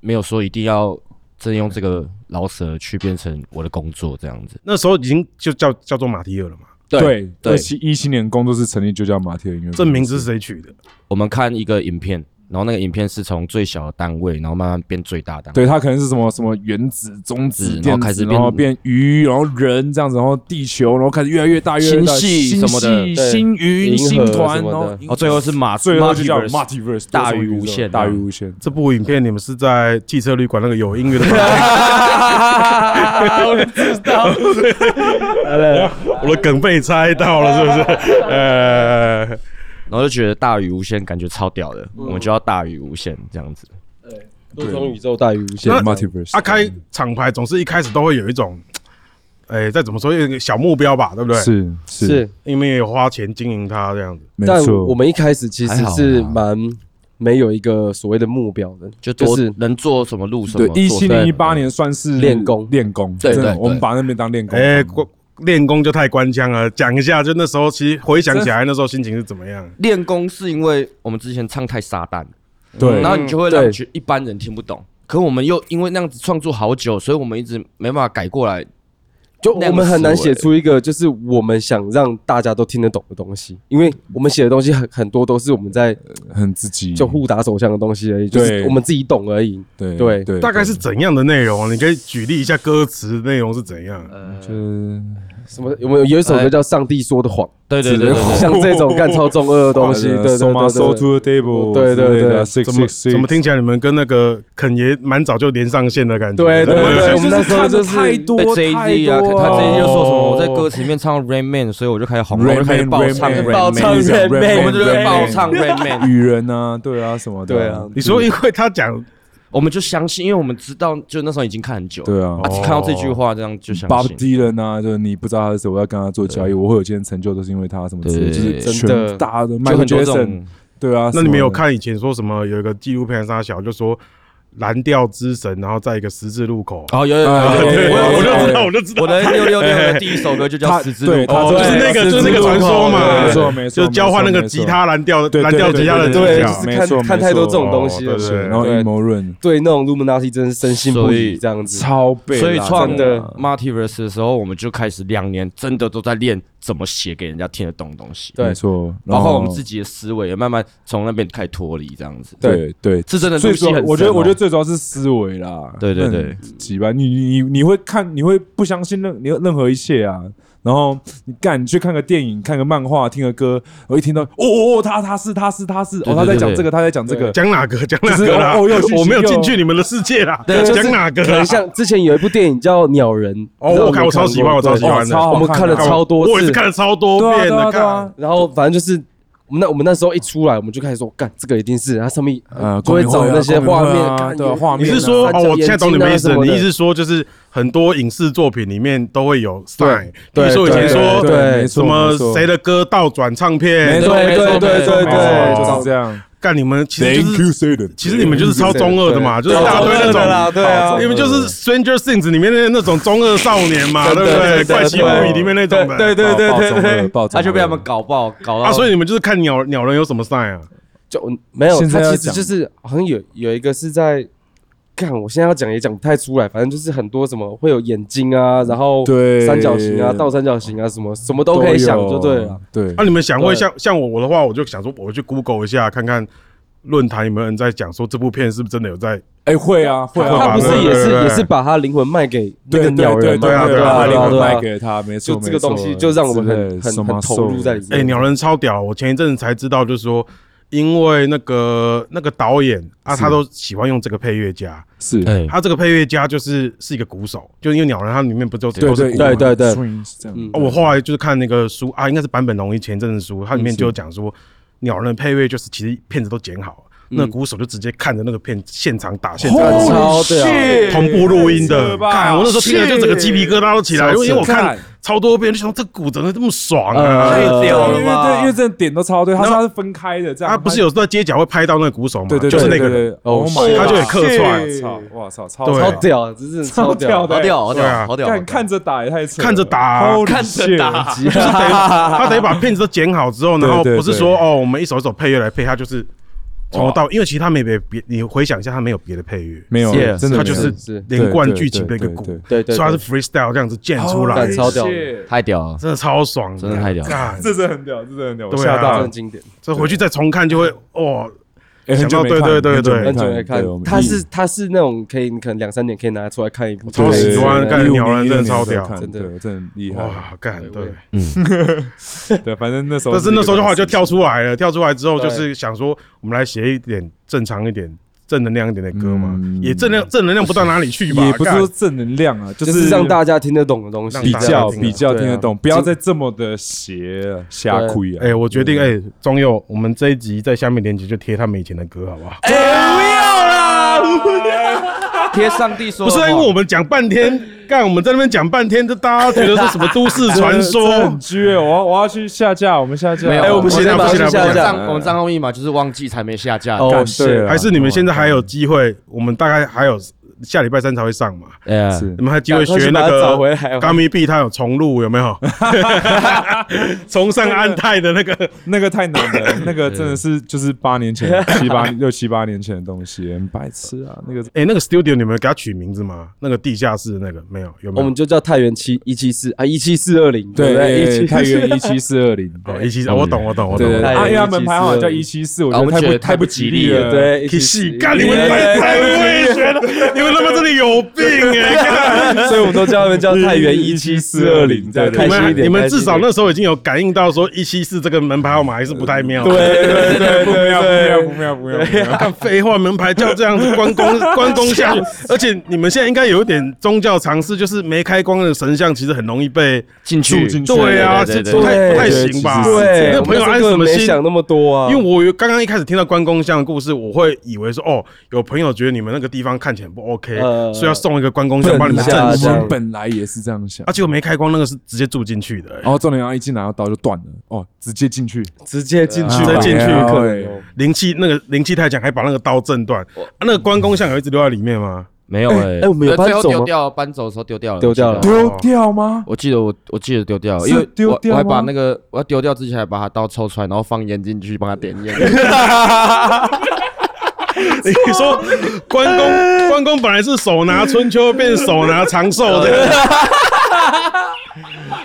没有说一定要真用这个老舍去变成我的工作这样子。
那时候已经就叫叫做马提尔了嘛。
对
对
对，七一七年工作室成立就叫马铁音乐公司，
这名字是谁取的？
我们看一个影片，然后那个影片是从最小的单位，然后慢慢变最大单位。
对，它可能是什么什么原子、中子、
子然后
电子，
开始
然后
变
变鱼，然后人这样子，然后地球，然后开始越来越大，越来越大，
星系什么的
星系
对
星云、
银河
星团，
什么
然
的
后
哦，最后是马
最后就叫
Multiverse
Multiverse
大
多重
于
宇
无
宙
啊
限
啊大
这
于
样
无限。
这部影片你们是在汽车旅馆那个有音乐的 房间我的梗被猜到了，是不 是？呃，
然后就觉得大于无限感觉超屌的，
嗯
我们就要大于无限这样子。
多重宇宙大于无限
对。
那
Multiverse，
阿啊开厂牌总是一开始都会有一种，哎，再怎么说有一个小目标吧，对不对？，
是是，
是，
因为有花钱经营它这样子。
没
但
错，
我们一开始其
还
实
好
是
啦
蛮没有一个所谓的目标的，
就多
是
能做什么录什么
对，
做什么。
一七年、一八年算是
练功
练功，
对
真的
对
我们
对
把那边当练功。
哎，关练功就太官腔了，讲一下，就那时候其实回想起来，那时候心情是怎么样？
练功是因为我们之前唱太撒旦，
对
然，后你就会让
对
觉一般人听不懂。可我们又因为那样子创作好久，所以我们一直没办法改过来。
就我们很难写出一个就是我们想让大家都听得懂的东西，因为我们写的东西很很多都是我们在
很自己
就互打手枪的东西而已，就是
对
我们自己懂而已。
对
对
对，
大概是怎样的内容啊？你可以举例一下歌词内容是怎样？
嗯就是
什么？我们有一首歌叫《上帝说的谎》，
哎对对对对对，
像这种干超中二的东西，对对
，so
对
my 呃 soul
对对。
to the table，
对对对
，six
怎么
six six，
怎么听起来你们跟那个肯爷蛮早就连上线的感觉？
对对
不
对，我
就是
们那时候
看得
就是
太多
被 J
太
Z 啊，
多
他
啊
J Z 就说什么我在歌词里面唱 Rain Man，所以我就开始红，
Rain
我就开始
Man，
爆
Rain
唱
Man，
爆唱
Rain Man，
Man，我们就
Rain
是
Man
爆唱 Rain Man，
雨人啊，对啊，什么的，
对啊，
你说因为他讲
我们就相信，因为我们知道，就那时候已经看很久，
对啊
啊，只看到这句话这样就相
Bob
信。
Dylan 啊，就是你不知道他是谁，我要跟他做交易，我会有今天成就都是因为他什么之类的，就
对
是
真的
全大的
就
Michael
很多这种
Jackson，对啊，
那你们有
什么的
看以前说什么？有一个纪录片沙小就说蓝调之神，然后在一个十字路口，
哦，有有 有
啊
有
对对
有，
对
我
我
我
就
就
知道，我就知道，
我的六六六的第一首歌就叫
他
《十字路
对
口
他》，
哦，就是那个，就是那个传说嘛，
没错没错，
就是交换那个吉他蓝调，
对对
蓝调吉他的技
对
对，
啊
就
巧
是
没错
看看太多
没
这
错
种东西了
哦。对
对，然后
对
阴谋论
对那种 Luminati 真是深信不
所
疑
以
这样子。
超背啦，
所以创
真
的
的
Multiverse 的时候，我们就开始两年真的都在练怎么写给人家听得懂的东西，
对
没错，
包括我们
然后
自己的思维也慢慢从那边开始脱离，这样子，
对对
是真的
最
东西
主要
很，
我觉得，
深哦
我觉得最主要是思维啦。
对对对，
几吧，你你你会看，你会不相信任任任何一切啊。然后你干，你去看个电影，看个漫画，听个歌，我一听到，哦哦哦，他他是他是他是，
对
哦，他在
对
讲
对
这个，他在讲这个，
讲哪个讲哪
就是
个啦，
哦哦又去
我没有
又
进去你们的世界啦，讲哪个
可
啦
能？像之前有一部电影叫《鸟人》，
哦
不知道有
我
没
看
有
我超喜
过
欢，我超喜
哦
欢的
超，好
我们看了
看
看
的
超多次，
我也是看了超多
对啊
遍
对
的，
啊对
看
啊，
然后反正就是我们那我们那时候一出来，我们就开始说，干这个一定是，然后上面
呃，
就会找那些画面
啊，
干
对啊
有
画
你
面啊，
是说
面啊
哦？我现在懂你们意思
三角眼睛啊什
了，
么
你
的
意思是说就是很多影视作品里面都会有 sign，比
对
如说以前
对
说
对对没错
什么
没错
谁的歌倒转唱
没
片，
错
对
没错
对对
没错
对
没
对
错就是
对
这样。
干你们其实就是
Satan。
其实你们就是超中二的嘛，就是一大堆那
对啦，
种。
对啊，
你们就是 Stranger Things 里面的那种中二少年嘛，对不对？怪奇物语里面那 种的，
对对对对对，
对
他就被他们搞爆，搞
啊，
到
所以你们就是看鸟鸟人有什么 sign 啊？
就没有，
现在
他
要
其实
讲
就是好像有有一个是在。看，我现在要讲也讲不太出来，反正就是很多什么会有眼睛啊，然后
对
三角形啊、倒三角形啊，什么什么都可以想，就对了。。
对
啊，，你们想会
对
像像我我的话，我就想说，我去 Google 一下，看看论坛有没有人在讲说这部片是不是真的有在
哎，会啊会啊，
他不是
对
也是
对对
也是把他灵魂卖给那个
对
鸟人吗？
对
对
把
啊
灵魂
对啊
卖给他，没错，
就这个东西就让我们很很很投入在里面。
哎、鸟人超屌！我前一阵子才知道，就是说，因为那个那个导演啊，
是
他都喜欢用这个配乐家，
是，
对
他这个配乐家就是是一个鼓手，就因为鸟人他里面不就
对
都是
对
鼓
对
吗
对对，
嗯
哦我后来就是看那个书啊，应该是坂本龙一前一阵子书，它里面就有讲说，鸟人的配乐就是其实片子都剪好了，那鼓手就直接看着那个片现场打现场打。
超对啊
同步录音的，看我那时候听了就整个鸡皮疙瘩都起来，因为因为我看
看
超多遍，就想这鼓怎么这么爽
呃
哎
啊！
太屌
因
了
为
吧？
对，因为这点都超对，它它是分开的，这样
啊，不是有时候在街角会拍到那个鼓手嘛，
对对，
就是那个人，
哦，
他就也客串，
操，哇操，超
对
啊超屌的，真是超屌
超
的。
屌
好屌，好
对啊
屌，好屌！
看看着打也太扯，
看着打，
看着打，
就是等于 他等于把片子都剪好之后，
对
然后
对
不是说哦，我们一首一首配乐来配，他就是从头到，因为其实他没别别，你回想一下，他没有别的配乐，
没有，真的
他就是
是
连贯剧情的一个鼓，所
对对，
以他是 freestyle 这样子建出
哦
来
感，超屌的，
太屌了，
真的超爽，
真的太屌了
干
这是很屌，这是很屌，
对啊
吓
真
到
的，经典。
所以回去再重看就会哇，
哎很久没看，
对对对对
很
很
久
久没
没看
看
对我，们
他是他是那种可以，你可能两三年可以拿出来看一部，
超喜欢
对
干
一五
鸟人
一六
真的
年
超
时候
屌
看
真的
对真的很厉害。
哇干
对
对。
对，反正那时候，
但是那时候的话就跳出来了，跳出来之后就
对
是想说，我们来写一点正常一点、正能量一点的歌嘛，
嗯
也正能正能量不到哪里去吧，
也不是
干
说正能量啊，就
就是
是
让大家听得懂的东西，
让
比
大家
较
听得
比较
对啊
听得懂，不要再这么的邪瞎亏啊
哎、！我决定，哎、中佑，我们这一集在下面链接就贴他们以前的歌，好不好？
贴上帝说
不
的
是
话，
啊，因为我们讲半天，干我们在那边讲半天，这大家觉得是什么都市传
真的
说
很？撅，我要我要去下架，我们下架。
没有
哎，
哎，我不
们
行
我先
啊，不行
把它
啊，不行
下
啊！
架
账我们账号密码就是忘记才没下架，
哦
干
是
对啊
还是你们现在还有机会，我们大概还有下礼拜三才会上嘛，
哎呀，
是
你们还有机会学
赶快
那
去把它
个
找回来
g u m m 它有重录有没有？崇尚安泰的那个，
那个太难了，那个真的是就是八年前、七八六七八年前的东西，很白痴啊！那个
哎，那个 studio 你们有给它取名字吗？那个地下室的那个没有，有没
我
有
们？就叫太原七一七四啊，一七四二零，不
对，哎
对？
太原一
一
七四二零，
哦，一七，哦我懂，我懂，我懂
对。对，
太原
啊因为他们
17420
排行叫一七四，我
啊
觉
我
得太
觉
不
得
太不吉利了，
对，
可
17420
以细干，你们太太危险了，你们他妈真的有病哎！干
所以我们都叫他们叫太原一七四二零，这样
对
开
你
心一
们
点。
你们
开心
至
一点
少那时候已经有感应到说一七四这个门牌号码还是不太妙。
对 对
对对对，不妙不妙不妙不妙，
干 废话，门牌叫这样子关公关公下去，而且你们现在应该有一点宗教常识，就是没开光的神像其实很容易被
进去
住进去
对啊，
对
这这
对对
不太
对
不太行吧？
对
对，
那
我
朋
们那
友
时候
安
根
什
本
么
没
心？
想那么多啊，
因为我有刚刚一开始听到关公像的故事，我会以为说哦，有朋友觉得你们那个地方看起来很不 OK，
呃
所以要送一个关公像帮你们
本来
镇
是
邪
我。们本来也是这样想
啊，。结果没开光，那个是直接住进去的、欸
然后重点，啊然后一进来，然后刀就断了，哦，直接进去，
直接进去
直接
吧，啊
进去
哎呀
可
喂
灵气那个灵气太强，还把那个刀震断。啊，那个关公像有一直留在里面吗？
没有哎，
哎我们有
呃最后
搬走吗
丢掉，搬走的时候丢掉了，
丢掉了
我记得
丢掉吗？
我记得我我记得丢掉，
是
因为我
丢
我
掉吗
还把那个我要丢掉之前还把他刀抽出来，然后放烟进去帮他点烟。
你说关 公，关公本来是手拿春秋，变手拿长寿的，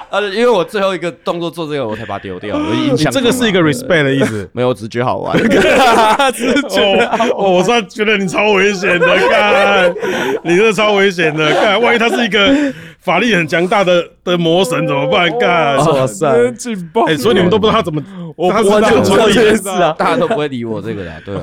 呃，因为我最后一个动作做这个，我才把它丢掉，我
你
影响
这个是一个
我妈
respect 的意思。
没有，我只是觉得好玩。
哦，哦我真的觉得你超危险的，看，你这超危险 的，看，万一他是一个法力很强大的的魔神怎么办？ 看，
哇塞，
真劲爆！
哎，所以你们都不知道他怎么，
我
他
不
是
知道
这个
我
处理
这
的
件事啊，
大家都不会理我这个啦，对啊，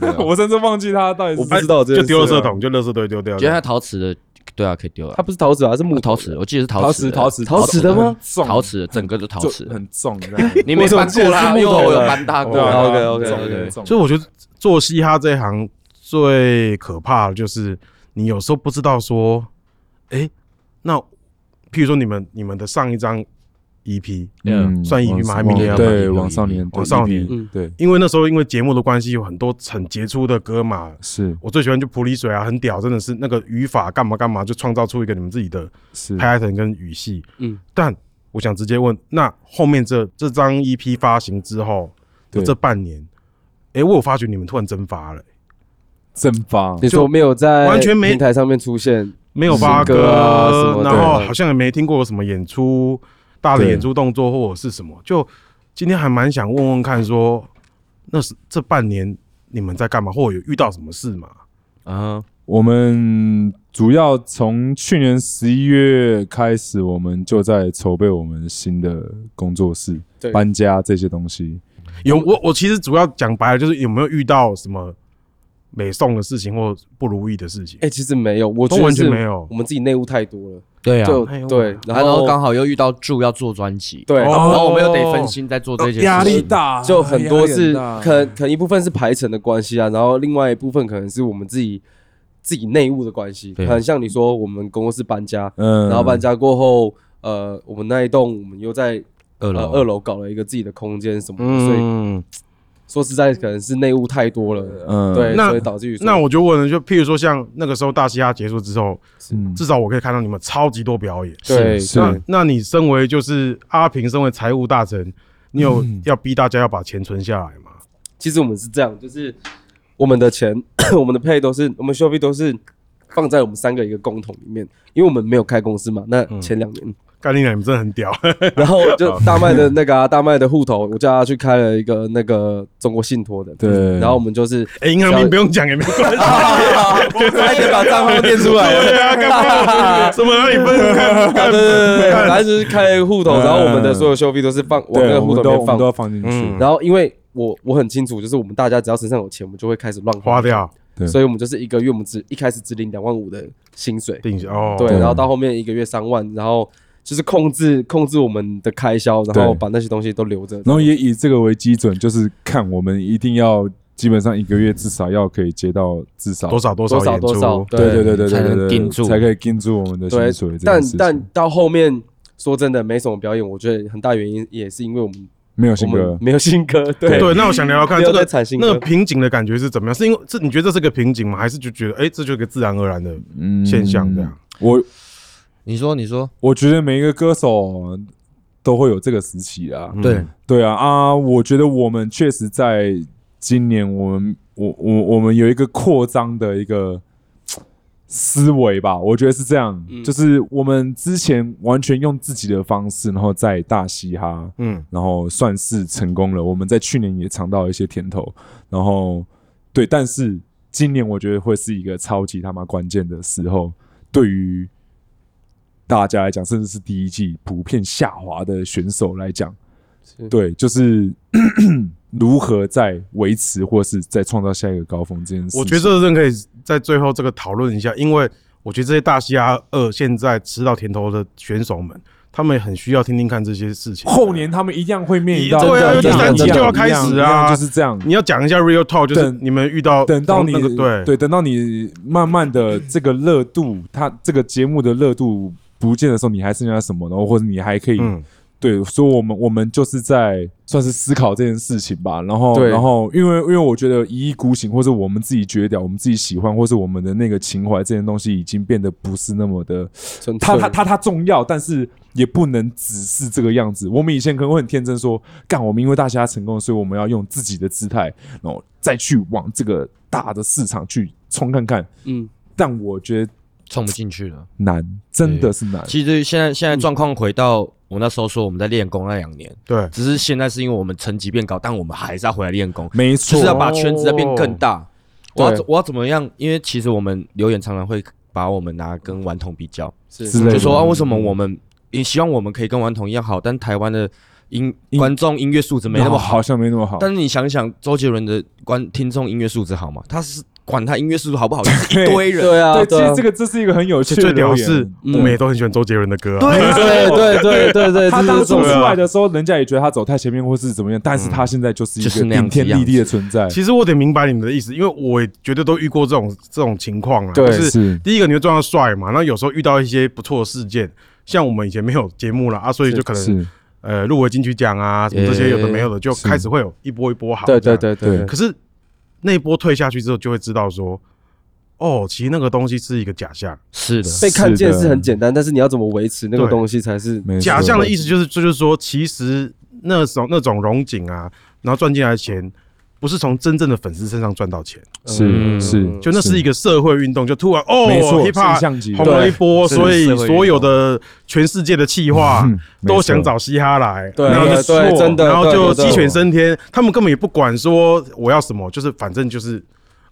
对啊
我甚至忘记他到底是
我不知道这
就
件事啊
丢垃圾桶，就垃圾堆丢掉
觉。得它陶瓷的，对啊，可以丢
它
啊。
不是陶瓷啊，是木
不陶瓷，我记得是
陶
陶
瓷
瓷，
陶瓷
陶瓷的吗
很重
陶瓷的整个都陶
就
瓷。
很重，你知道吗
你没搬过啦，因为我有搬大过
对啊
啊。
对啊
OK，OK，OK
重
对对
重
所以我觉得做嘻哈这一行最可怕的就是你有时候不知道说，哎、那譬如说你们你们的上一张 E EP，
嗯，
算一批吗还明年要买一
对，
批
往少年，
往少年
嗯，对，
因为那时候因为节目的关系，有很多很杰出的歌嘛。
是
我最喜欢就普里水啊，很屌，真的是那个语法干嘛干嘛，就创造出一个你们自己的
是，
pattern 跟语系。
嗯，
但我想直接问，那后面这这张 EP 发行之后的
对
这半年，哎、我有发觉你们突然蒸发了、
蒸发，
你说没有在
完全没
平台上面出现，
没有发
新歌
歌
啊什么的
然后好像也没听过有什么演出大的演出动作或者是什么。就今天还蛮想问问看说，那是这半年你们在干嘛，或者有遇到什么事吗？
啊，
我们主要从去年十一月开始，我们就在筹备我们新的工作室
对、
搬家这些东西。
有我我其实主要讲白了，就是有没有遇到什么美送的事情或不如意的事情？
哎，其实没有，我觉
都
得
完全
是
没有
我们自己内务太多了，
对啊。
就
哎呦哦
对，
然
然
后
后
刚好又遇到住要做专辑，
对
然后我们又得分心在做这件事情。
大
就很多是可能可能一部分是排程的关系啊，然后另外一部分可能是我们自己自己内务的关系，
对
很像你说我们公司搬家，
嗯
然后搬家过后，呃，我们那一栋我们又在
二
呃
楼，
二楼搞了一个自己的空间什么的，所以
嗯，
说实在可能是内务太多了，
嗯
对，
那
所以导致于说
那我就问了，就譬如说像那个时候大嘻哈结束之后，
嗯
至少我可以看到你们超级多表演。
对
是
那那你身为就是阿平，身为财务大臣，你有
嗯
要逼大家要把钱存下来吗？
其实我们是这样，就是我们的钱、 我们的配都是我们消费都是放在我们三个一个共同里面，因为我们没有开公司嘛。那
嗯
前两年，
干你娘，你们真的 很屌！
然后就大麦的那个、啊、大 麦的户头，我叫他去开了一个那个中国信托的，
对
然后我们就是
哎，银行名不用讲也没关系。
差一点把账号念出来 了。
对啊，干嘛？ 什么让你分开？
对对对，反正就是开了一个户头，
嗯
然后我们的所有消费都是放往那
对，
个
我
户
们
头
都
里
我
面
们
放
都。要放进去
嗯。
然后因为我我很清楚，就是我们大家只要身上有钱，我们就会开始乱
花
花，
掉
对
所以我们就是一个月我们只一开始只领两万五的薪水，
定下哦。
对，
对
然后到后面一个月三万，然后就是控制控制我们的开销，然后
对
把那些东西都留着。
然后也以这个为基准，就是看我们一定要基本上一个月至少要可以接到至少
多少多
多
少
少
演
多少
出，？
对对对对对
才能
对对
盯住
才可以盯住我们的
对
薪水。这件
但
事情
但到后面说真的没什么表演，我觉得很大原因也是因为我们
没有新
我
歌
们，没有新歌，对
对，那我想聊聊看
没
这
有
个
在产新
那
歌
个瓶颈的感觉是怎么样？是因为这你觉得这是个瓶颈吗？还是就觉得哎、这就是个自然而然的现象这样？
嗯我
你说，你说，
我觉得每一个歌手都会有这个时期啊，
对，
对啊啊！我觉得我们确实在今年我，们我我我们有一个扩张的一个思维吧，我觉得是这样，就是我们之前完全用自己的方式，然后在大嘻哈，
嗯，
然后算是成功了。我们在去年也尝到一些甜头，然后对，但是今年我觉得会是一个超级他妈关键的时候，对于大家来讲，甚至是第一季普遍下滑的选手来讲，对，就是如何在维持或是再创造下一个高峰这件事情。
我觉得这个可以在最后这个讨论一下，因为我觉得这些大西哈二现在吃到甜头的选手们，他们也很需要听听看这些事情。
后年他们一样会面临
一
到
对
啊
这样
第三季
一样
就
要开始啊
一样就是这样。
你要讲一下 real talk，就是
等
你们遇到
等到你、
那个对
对，等到你慢慢的这个热度，它这个节目的热度不见的时候，你还剩下什么？然后或者你还可以、
嗯
对，所以我们我们就是在算是思考这件事情吧。然后，
对
然后因为因为我觉得一意孤行，或者我们自己觉得我们自己喜欢，或是我们的那个情怀这件东西，已经变得不是那么的
纯
它
粹
它它它重要，但是也不能只是这个样子。我们以前可能会很天真说，干我们因为大家成功，所以我们要用自己的姿态，然后再去往这个大的市场去冲看看。
嗯，
但我觉得
冲不进去了。
难，真的是难。
其实现在现在状况回到我那时候说我们在练功那两年，
对，
只是现在是因为我们成绩变高，但我们还是要回来练功，
没
就
错，哦
是要把圈子再变更大。我要
对
我要怎么样？因为其实我们留言常常会把我们拿跟顽童比较，
之类
是
的
就说啊，为什么我们也希望我们可以跟顽童一样好，但台湾的音
音
观众音乐素质没那么好
好。像没那么好。
但是你想想，周杰伦的观听众音乐素质好吗？他是管他音乐素质好不好， 就是一堆人。
对啊，
对，其
对啊
实这个这是一个很有
而且
趣
最
的
屌
留
的
言
是，我们也都很喜欢周杰伦的歌、啊。对
对对对对对，啊
他
这
当
是
初
重
出
点
来的时候，人家也觉得他走太前面或是怎么样，但是他现在就是一
就是
个
那样
顶
子
天立地的存在。
其实我得明白你们的意思，因为我也绝对都遇过这种这种情况啦。
对
就是
是
第一个你会撞到帅嘛，然后有时候遇到一些不错的事件，像我们以前没有节目了啊，所以就可能
是，
呃入围金曲奖啊，什么这些有的没有的，就开始会有一波一波好。
对对。对对
对
可是那一波退下去之后，就会知道说，哦，其实那个东西是一个假象。
是的，
被看见
是的
是很简单，但是你要怎么维持那个
对
东西才是
没错
假象的意思就是，就是说，其实那种那种荣景啊，然后赚进来的钱，不是从真正的粉丝身上赚到钱，
是
嗯
是，
就那是一个社会运动，就突然哦
没错，
，hiphop
现象级的
红了一波，
是
所以
社会运动
所有的全世界的企划
嗯没
都
错
想找嘻哈来，
对
然后就
对
做
真的
然后
对
就
对对
鸡犬升天，他们根本也不管说我要什么，就是反正就是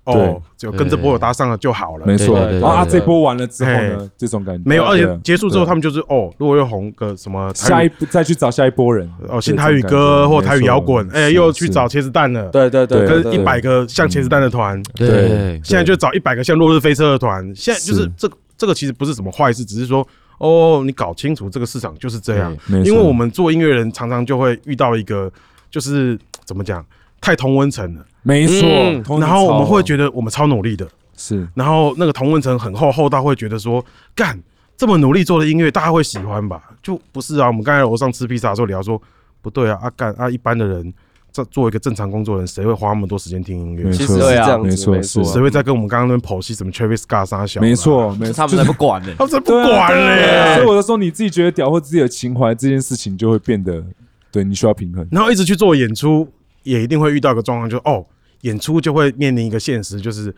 哦
对，
只有跟这波有搭上了就好了
没。错
对对对。
然后啊，
对对
这波完了之后呢，这种感觉
没有，而
对
且结束之后，他们就是哦，如果又红个什么
下
台
一
语
步再去找下一波人
哦新台语歌或台语摇滚，哎，又去找茄子蛋了，
对对对，
对嗯
跟一百个像茄子蛋的团，
对
现在就找一百个像落日飞车的团，现在就是
是
这个这个其实不是什么坏事，只是说哦，你搞清楚这个市场就是这样。
没错
因为我们做音乐人常常就会遇到一个，就是怎么讲，太同温层了。
没错
嗯，
通
然后我们
超
会觉得我们超努力的，
是
然后那个同温层很厚，厚到会觉得说，干这么努力做的音乐，大家会喜欢吧？就不是啊。我们刚才楼上吃披萨的时候聊说，不对啊，啊干啊，一般的人这做一个正常工作的人，谁会花那么多时间听音乐
没？
其
错
实是这样子，
没错
没错
是
谁会在跟我们刚刚那边剖析什么 Travis Scott 啥小？
没，错，没
是
错，
他们才不管 呢、
他们才不
对啊
管
对啊
嘞、
所以我就说，你自己觉得屌或自己的情怀这件事情，就会变得对你需要平衡。
然后一直去做演出，也一定会遇到一个状况，就是哦，演出就会面临一个现实，就是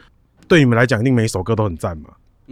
对你们来讲，一定每一首歌都很赞嘛，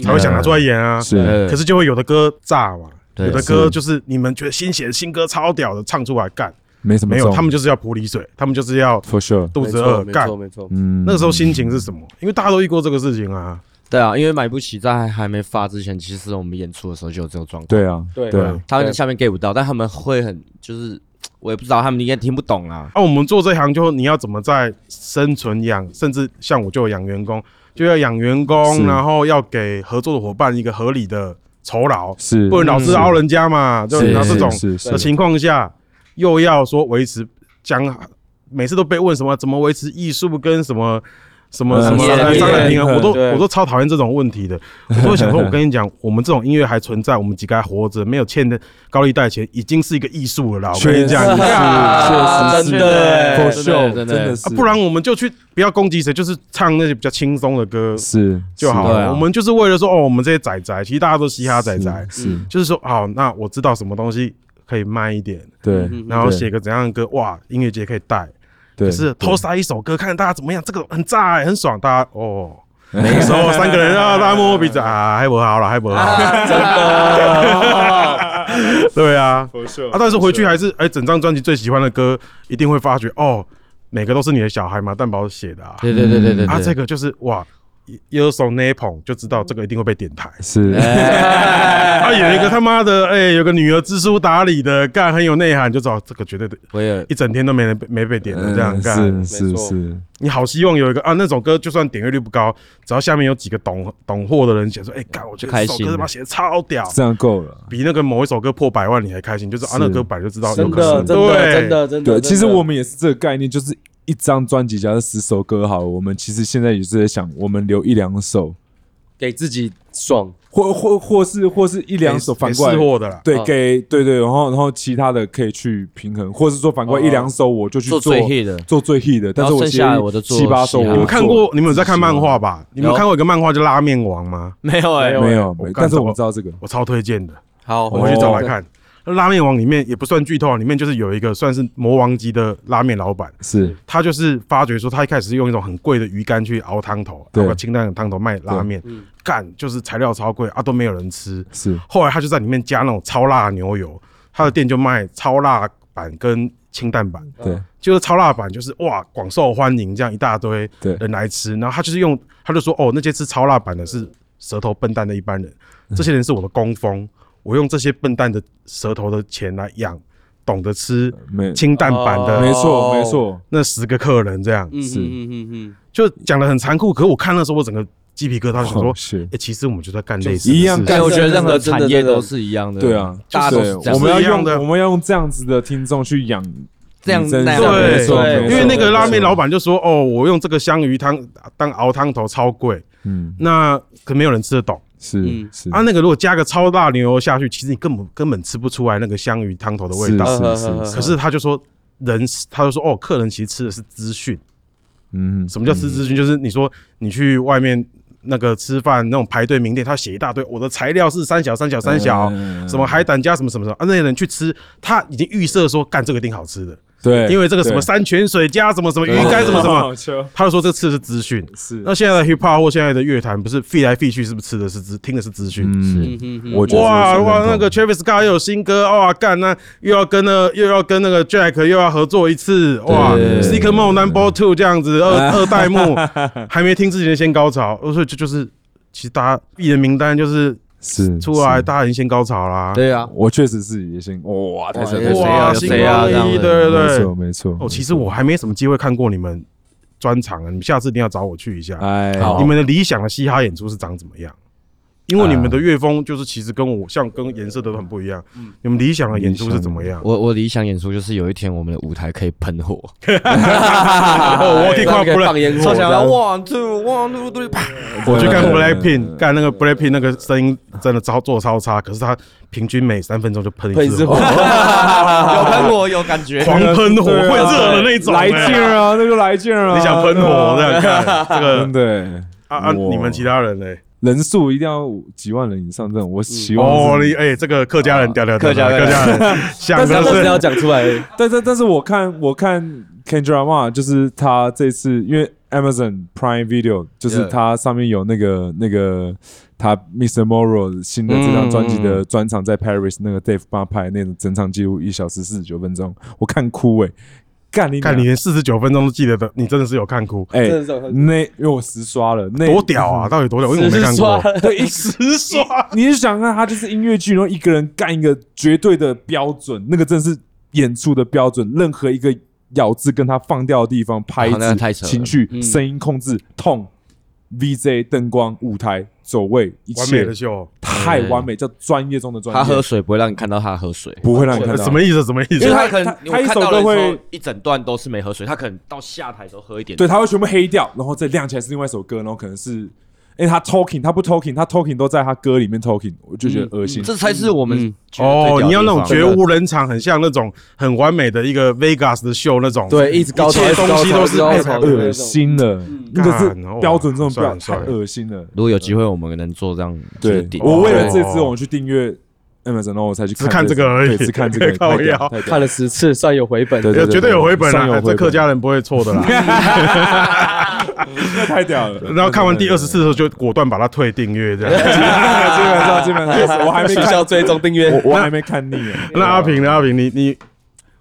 才会想拿出来演啊。
是
可是就会有的歌炸嘛，
对
有的歌
是
就是你们觉得新写的新歌超屌的，唱出来干
没什么
没
重，
有，他们就是要普里水，他们就是要
for sure，
肚
没
子
错
饿
没
干
错。没错，
嗯，
那个时候心情是什么？因为大家都遇过这个事情啊，
对啊，因为买不起，在还没发之前，其实我们演出的时候就有这种状况。
对啊，
对
对啊，
他们下面 get 不到，但他们会很就是，我也不知道，他们应该听不懂啦。
啊，我们做这行就你要怎么在生存养，甚至像我就有养员工，就要养员工，
是
然后要给合作的伙伴一个合理的酬劳，
是
不能老是凹人家嘛，就是你拿这种
是
的
是是
情况下，又要说维持讲，每次都被问什么怎么维持艺术跟什么
嗯
商业
商业
平
平啊
衡
衡，我都
对
我都超讨厌这种问题的。我都会想说，我跟你讲，我们这种音乐还存在，我们几个还活着，没有欠的高利贷钱，已经是一个艺术了啦。我跟你讲，
确实
啊
确实是
真的
脱
欸
秀
真的
真的
啊
是，
不然我们就去不要攻击谁，就是唱那些比较轻松的歌
是
就好
是对啊
了。我们就是为了说，哦，我们这些仔仔，其实大家都嘻哈仔仔，
是是
就是说，好，那我知道什么东西可以卖一点，
嗯对
嗯然后写个怎样的歌，哇，音乐节可以带，
对，
就是偷塞一首歌，看看大家怎么样，这个很炸、欸，很爽，大家 哦。那时候三个人啊，大家摸摸鼻子啊，还不好了，还不好，
啊真的，
对啊，
脱秀
啊，但是回去还是哎，整张专辑最喜欢的歌，一定会发觉哦，每个都是你的小孩嘛，蛋宝写的啊，
对对对对对
啊，这
个
个就是哇，有首 n a p o n 就知道这个一定会被点 台。
是
哎
哎
啊，有一个他妈的，哎、有个女儿知书达理的，干很有内涵，就知道这个绝对的，
我也
一整天都没人被没被点的这样
嗯
干。
是
没
是
错
是，
你好希望有一个啊，那首歌就算点阅率不高，只要下面有几个懂懂货的人写说，哎、干，我觉得
开
这首
心
歌他妈写的超屌，
这样够了。
比那个某一首歌破百万你还开心，就是啊，
是
那歌本来就知道有
真
可能
的，真的，真的，真的。
对，其实
真的
我们也是这个概念，就是一张专辑，假设十首歌好了，我们其实现在也是在想，我们留一两首，
给自己爽，
或或或是或是
给
一两首反
给
过
识
来。
货的啦。
对
嗯
啊，
给对对，然后然后其他的可以去平衡，或是说反过来
哦
一两首我就去
嗯做最 hit 的
做最 hit 的，但是我
剩
其
下
实
的我就做
七八首
嘻哈
我
你们看
做
过，你们有在看漫画吧？你们
有
看过一个漫画叫《拉面王》吗？
没有哎，
没有？没
我
有
看
但是
到
我们知道这个
我超推荐的。
哦
好，
我回去找来看。那拉面王里面也不算剧透啊，里面就是有一个算是魔王级的拉面老板，
是
他就是发觉说他一开始是用一种很贵的鱼干去熬汤头，
对
熬个清淡的汤头卖拉面，干就是材料超贵啊，都没有人吃。
是
后来他就在里面加那种超辣的牛油，他的店就卖超辣版跟清淡版，
对
就是超辣版就是哇广受欢迎，这样一大堆
对
人来吃，然后他就是用他就说哦那些吃超辣版的是舌头笨蛋的一般人，
嗯
这些人是我的工蜂，我用这些笨蛋的舌头的钱来养懂得吃
没
清淡版
哦没
的
错
哦
没错，
那十个客人，这样
嗯
是哦
嗯嗯嗯嗯，
就讲的很残酷，可我看的时候我整个鸡皮疙瘩，想说
哦是
哎其实我们就在干类似
一样
但
干
我觉得任何产业都是一样的，
对啊，
大家都
对
是这
我
样
们要
是一样
用
的
我们要用这样子的听众去养
这样
你真
那样
是
对
没错
对
没
因
错
为那个拉
没
面
错
老板就说哦我用这个香鱼汤当熬汤头超贵，
嗯
那可没有人吃得懂。
是
嗯
是
啊，那个如果加个超大牛油下去，其实你根本根本吃不出来那个香鱼汤头的味道。
是是是，
可是他就说人，他就说哦，客人其实吃的是资讯。
嗯
什么叫吃资讯？就是你说你去外面那个吃饭那种排队名店，他写一大堆，我的材料是三小三小三小，
嗯
什么海胆加什么什么什么啊，那些人去吃，他已经预设说干这个一定好吃的，
对，
因为这个什么
对嗯
山泉水加什么什么鱼干什么什么，他就说这吃的是资讯。
是
那现在的 hip hop 或现在的乐坛，不是 f 来 f 去，是不是吃的是资听的是资讯？
嗯，
嗯嗯
我觉得
哇
是
哇，
认同
那个 Travis Scott 又有新歌，哇干，那又要跟那又要跟那个 Jack 又要合作一次，哇
对
，Sick Mo Number Two 这样子，二二代目还没听之前先高潮，所以这就是其实大家艺人名单就是
是
出来，
是
大家已经先高潮啦。
对啊，
我确实是也先哇，太神
有
了
谁啊
哇，
有
星
谁啊
光
这样
熠熠
子
对
没
对对
错。没错。
哦，其实我还没什么机会看过你们专场啊，你们下次一定要找我去一下。
哎，
好
你们的理想的嘻哈演出是长怎么样？因为你们的乐风就是其实跟我像跟颜色都很不一样。你们理想的演出是怎么样？
我我理想演出就是有一天我们的舞台可以喷火，
哦，我可以看
可以
Black，
放烟火，
超想要
这样
one two one two three，啪
我去看
对
Blackpink，干那个 Blackpink 那个声音真的超做超差，可是他平均每三分钟就喷
喷
一
一
次
次
火
火，，
有喷火有感觉，
狂喷火会热的那种。哎
来劲儿啊，那就来劲儿啊！
你想喷火这
对啊
样看这
真
个
的
啊啊？
哇
你们其他人呢？
人数一定要几万人以上，这种我希
哦
望，是。
你哎，这个客家人屌屌屌
客家
屌，
人
客家人想
但是
的
他们
是
是要讲出来而已，
但是但是我看我看 Kendra Ma，就是他这次因为 Amazon Prime Video，就是他上面有那个那个他 Mr. Morrow 新的这张专辑
嗯
的专场在 Paris 那个 Dave 帮拍那种整场记录一小时四十九分钟，我看哭哎、干你
看
娘
你连四十九分钟都记得的，你真的是有看哭，
哎、
真的是有看哭
那因为我实刷了，那
多屌
嗯
啊！到底多屌？因为我没看过
刷。 了
对，一时
刷，
你是想看他就是音乐剧，然后一个人干一个绝对的标准，那个真的是演出的标准，任何一个咬字跟他放掉的地方、拍
啊那个
子、
太扯了
情绪、声音控制、痛、VJ、灯光、舞台、走位，一
完美
切
的秀，
太完美，叫专业中的专业。
他喝水不会让你看到他喝水，
不会让你看到
什么意思？
啊
什么意
因为
思？
他可能
他
我
他一
看
首
到的
歌
时候
会
一整段都是没喝水，他可能到下台的时候喝一点。
对，它会全部黑掉，然后再亮起来是另外一首歌，然后可能是，因为他 talking，他不 talking，他 talking 都在他歌里面 talking，我就觉得恶心。
嗯这才是我们觉得
嗯
最
哦
屌的，地
你要那种
方
绝无人场，很像那种很完美的一个 Vegas 的秀那种。
对，一直高潮，
一切
一直高潮
东西都是
一直高潮的那种
恶心了，
嗯
那个
干
是
哦
标准这种
算
标
了算
太
了
恶心了。
如果有机会，我们能做这样就是
对
顶，
我为了这支
哦
我去订阅 Amazon，然后我才去
只看这个而已
对只看这个
靠
太屌
腰
太屌
看了十次，算有回本。
对
呃绝对有回本
上有
啊，
回
这
本
客家人不会 错的啦。
那太屌了。
然后看完第二十次的时候，就果断把它退订阅这样。
基本上基本上，我还没
取
看，
消追踪订阅。
我我还没看腻耶。
那阿平呢？阿平，你你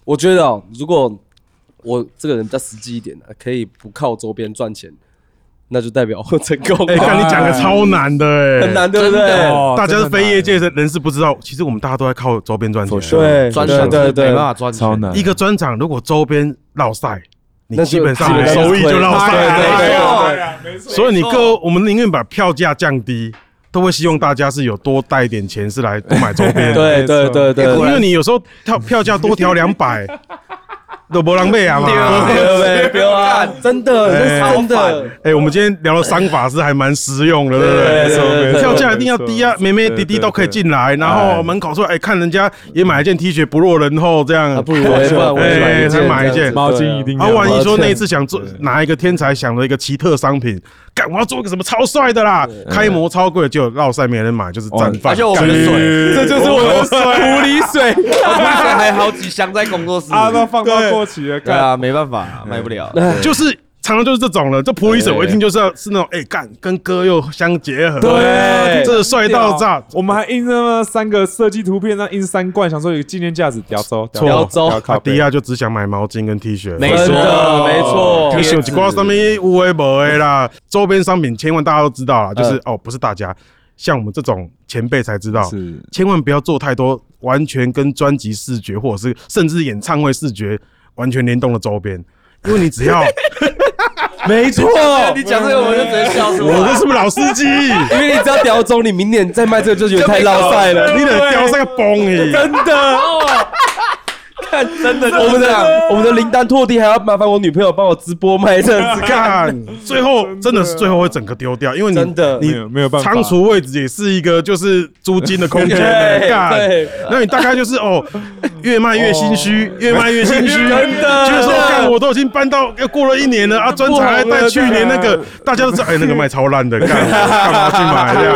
我觉得哦，如果我这个人比较实际一点的，可以不靠周边赚钱，那就代表我成功
哎，看
了。
你讲的超难的哎，
啊很难，对不对？
哦
大家是
真的
非业界的人士不知道，其实我们大家都在靠周边赚钱
For。sure
哦对，
专
对
场
对
是没办
对，
法专场
超难，
一个专场如果周边落赛，你
那就
基本上
基本上
收益就落赛
对对对
了。
对啊没错
所以你各我们宁愿把票价降低，都会希望大家是有多带一点钱是来购买周边。
对对对 对，
因为你有时候票票价多调两百，都不浪费啊嘛。
对对啊，真的，这是真的。
哎，我们今天聊的商法是还蛮实用的，对不对？
对对对对
票价一定要低啊，妹妹弟弟都可以进来，然后门口说，哎，看人家也买一件 T 恤，不落人后这样
啊，。不如我也不然我也买一
哎
件，
买一件
这样子
毛巾一定
啊，
要。
万一说那一次想做哪一个天才想了一个奇特商品，干我要做个什么超帅的啦，开模超贵，结果绕赛没人买，就是战犯。
而且我们的水，
这就是我的狐狸水。
我们的水还好几箱在工作室。
啊，那放到过期了，
对
看
啊，没办法，卖不 了。
就是常常就是这种了。这普里水我一听就是要是那种哎干跟歌又相结合，
对
这帅到炸。
我们还印那么三个设计图片，那印三罐，想说有纪念价值，屌糟，
错
屌糟
屌
卡迪亚就只想买毛巾跟 T 恤，
没
真的
错，
没错
就想一挂上面无为无为啦，周边商品千万大家都知道啦，就是哦不是大家，像我们这种前辈才知道，
是
千万不要做太多完全跟专辑视觉或者是甚至演唱会视觉完全联动的周边，因为你只要
没错，
你讲这个我就直接笑出
我
来。
这是不是老司机，
因为你知道屌中，你明年再卖这个就觉得太落赛了。
你得叼上个崩你。
看，真的，我们的我们的林丹拓地还要麻烦我女朋友帮我直播卖这样子。
干， 最后真的是最后会整个丢掉，因为你
真的
你
没有没有办法
仓储位置也是一个就是租金的空间
对，
干
对，
那你大概就是哦，越卖越心虚，越卖越心虚，真的，就是说干，我都已经搬到要过了一年了啊，专场还带去年那个，大家都知道，哎，那个卖超烂的，干我干嘛去买这样？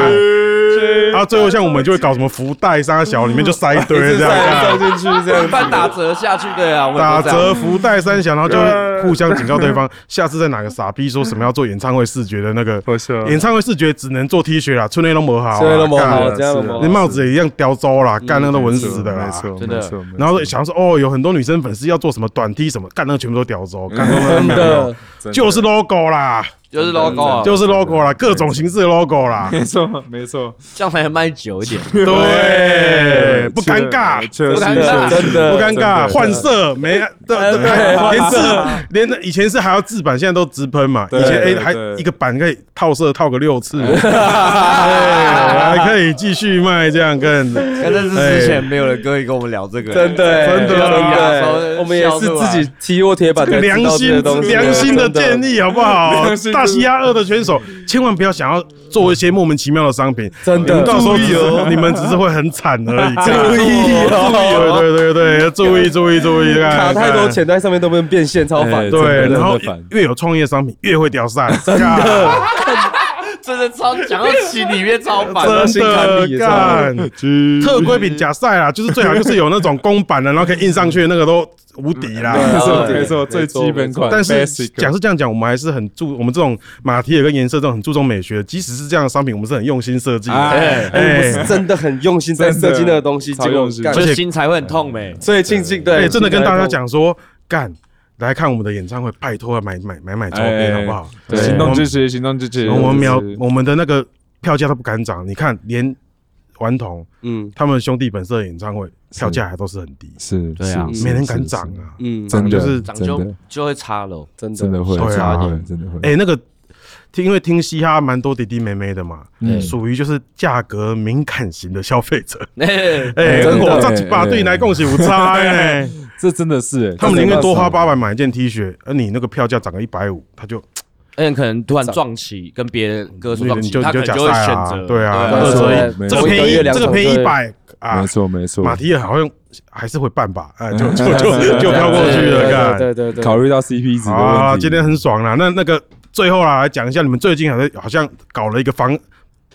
然后最后像我们就会搞什么福袋、沙小，里面就塞一堆 这
啊
样。干
塞进去这样。
半打折下去的呀，我们
打
也不这样
折福袋三响，然后就会互相警告对方，下次在哪个傻逼说什么要做演唱会视觉的那个，呃演唱会视觉只能做 T 恤啦，春内都磨好啊，
这样都不好，
干
这样都不好
连。帽子也一样叼糟啦，干那个都纹死啊的啦
没。错，
真的
没错没错
然后想说哦，有很多女生粉丝要做什么短 T 什么，干那个全部都叼糟，干
真的，
真的
就是 logo 啦，
就是 logo 啊，
就是 logo 啦，各种形式的 logo 啦，
没错没错，
这样才能卖久一 点。
对，不尴尬，
确
不
实
尴
确
尬
实
真的
不尴尬，换色没对对，连字连那以前是还要字板，现在都直喷嘛。
对
以前
对
哎
对
还
对
一个板可以套色套个六次，哎还可以继续卖这样跟。
但是之前没有人可以跟我们聊这个，
真的，
真的啊
真的，我们也是自己踢过铁板才知
良
道这些
心
东西，
良心的建
议。
议好不好
良心？
大西亚二的选手千万不要想要做一些莫名其妙的商品，
真的
你们到时候只是你们只是会很惨而已。
注意哦，
对对对对，要注意注意注意，
卡
看
太多
看
钱在上面都不能变现，超烦
哎。
对，
真的
然后
真的烦
越有创业商品越会屌赛，真的
真的超讲到心里面超 烦。
真的干。特规品假赛啦，就是最好就是有那种公版的，然后可以印上去，那个都无敌
没
啦。
错
对
没错，最基本款。
但是
basic
假设这样讲，我们还是很注我们这种马蹄尔跟颜色这种很注重美学，即使是这样的商品，我们是很用心设计的。
哎
哎，
真的很用心在设计那个东西，
真的
结果
超用心
干
就，是心才会很痛没。
所以庆幸
对，
对，
真的跟大家讲说，干来看我们的演唱会，拜托要买买买买周边好不好？
哎对
我们
行动支持，行动支持。
我们秒
就是
我们的那个票价都不敢涨，你看连顽童
嗯
他们兄弟本色的演唱会票价还都是很低，
是，
对啊
是
没人
是
敢
是
涨啊。
嗯，
真的
就是
长
真
就
的
就会差了，
真的
真的会，
对啊
真的会，真的会。
哎，那个听因为听嘻哈蛮多弟弟妹妹的嘛，
嗯
属于就是价格敏感型的消费者。
哎
哎，
真的
我这把对你来共喜无差哎，
这真的是、欸、
他们宁
应该
愿多花八百买一件 T 恤，而你那个票价涨个一百五，他就
而且可能突然撞起，跟别人歌
嗯
手
你
撞起，
你就
他
你
可
就
能
假
就会
赛
选
啊
择，
对啊，
对
二择
对
一，
对
这个
一
便
个月
宜，
两
这个
场
便宜
对
一百啊
没，错没错，
马蹄尔好像还是会办吧，哎，就就就就飘过去了，看。
对啊对对，
考虑到 CP 值的问
啊，
题。
今天很爽啦。那那个最后啦，来讲一下你们最近好像好像搞了一个房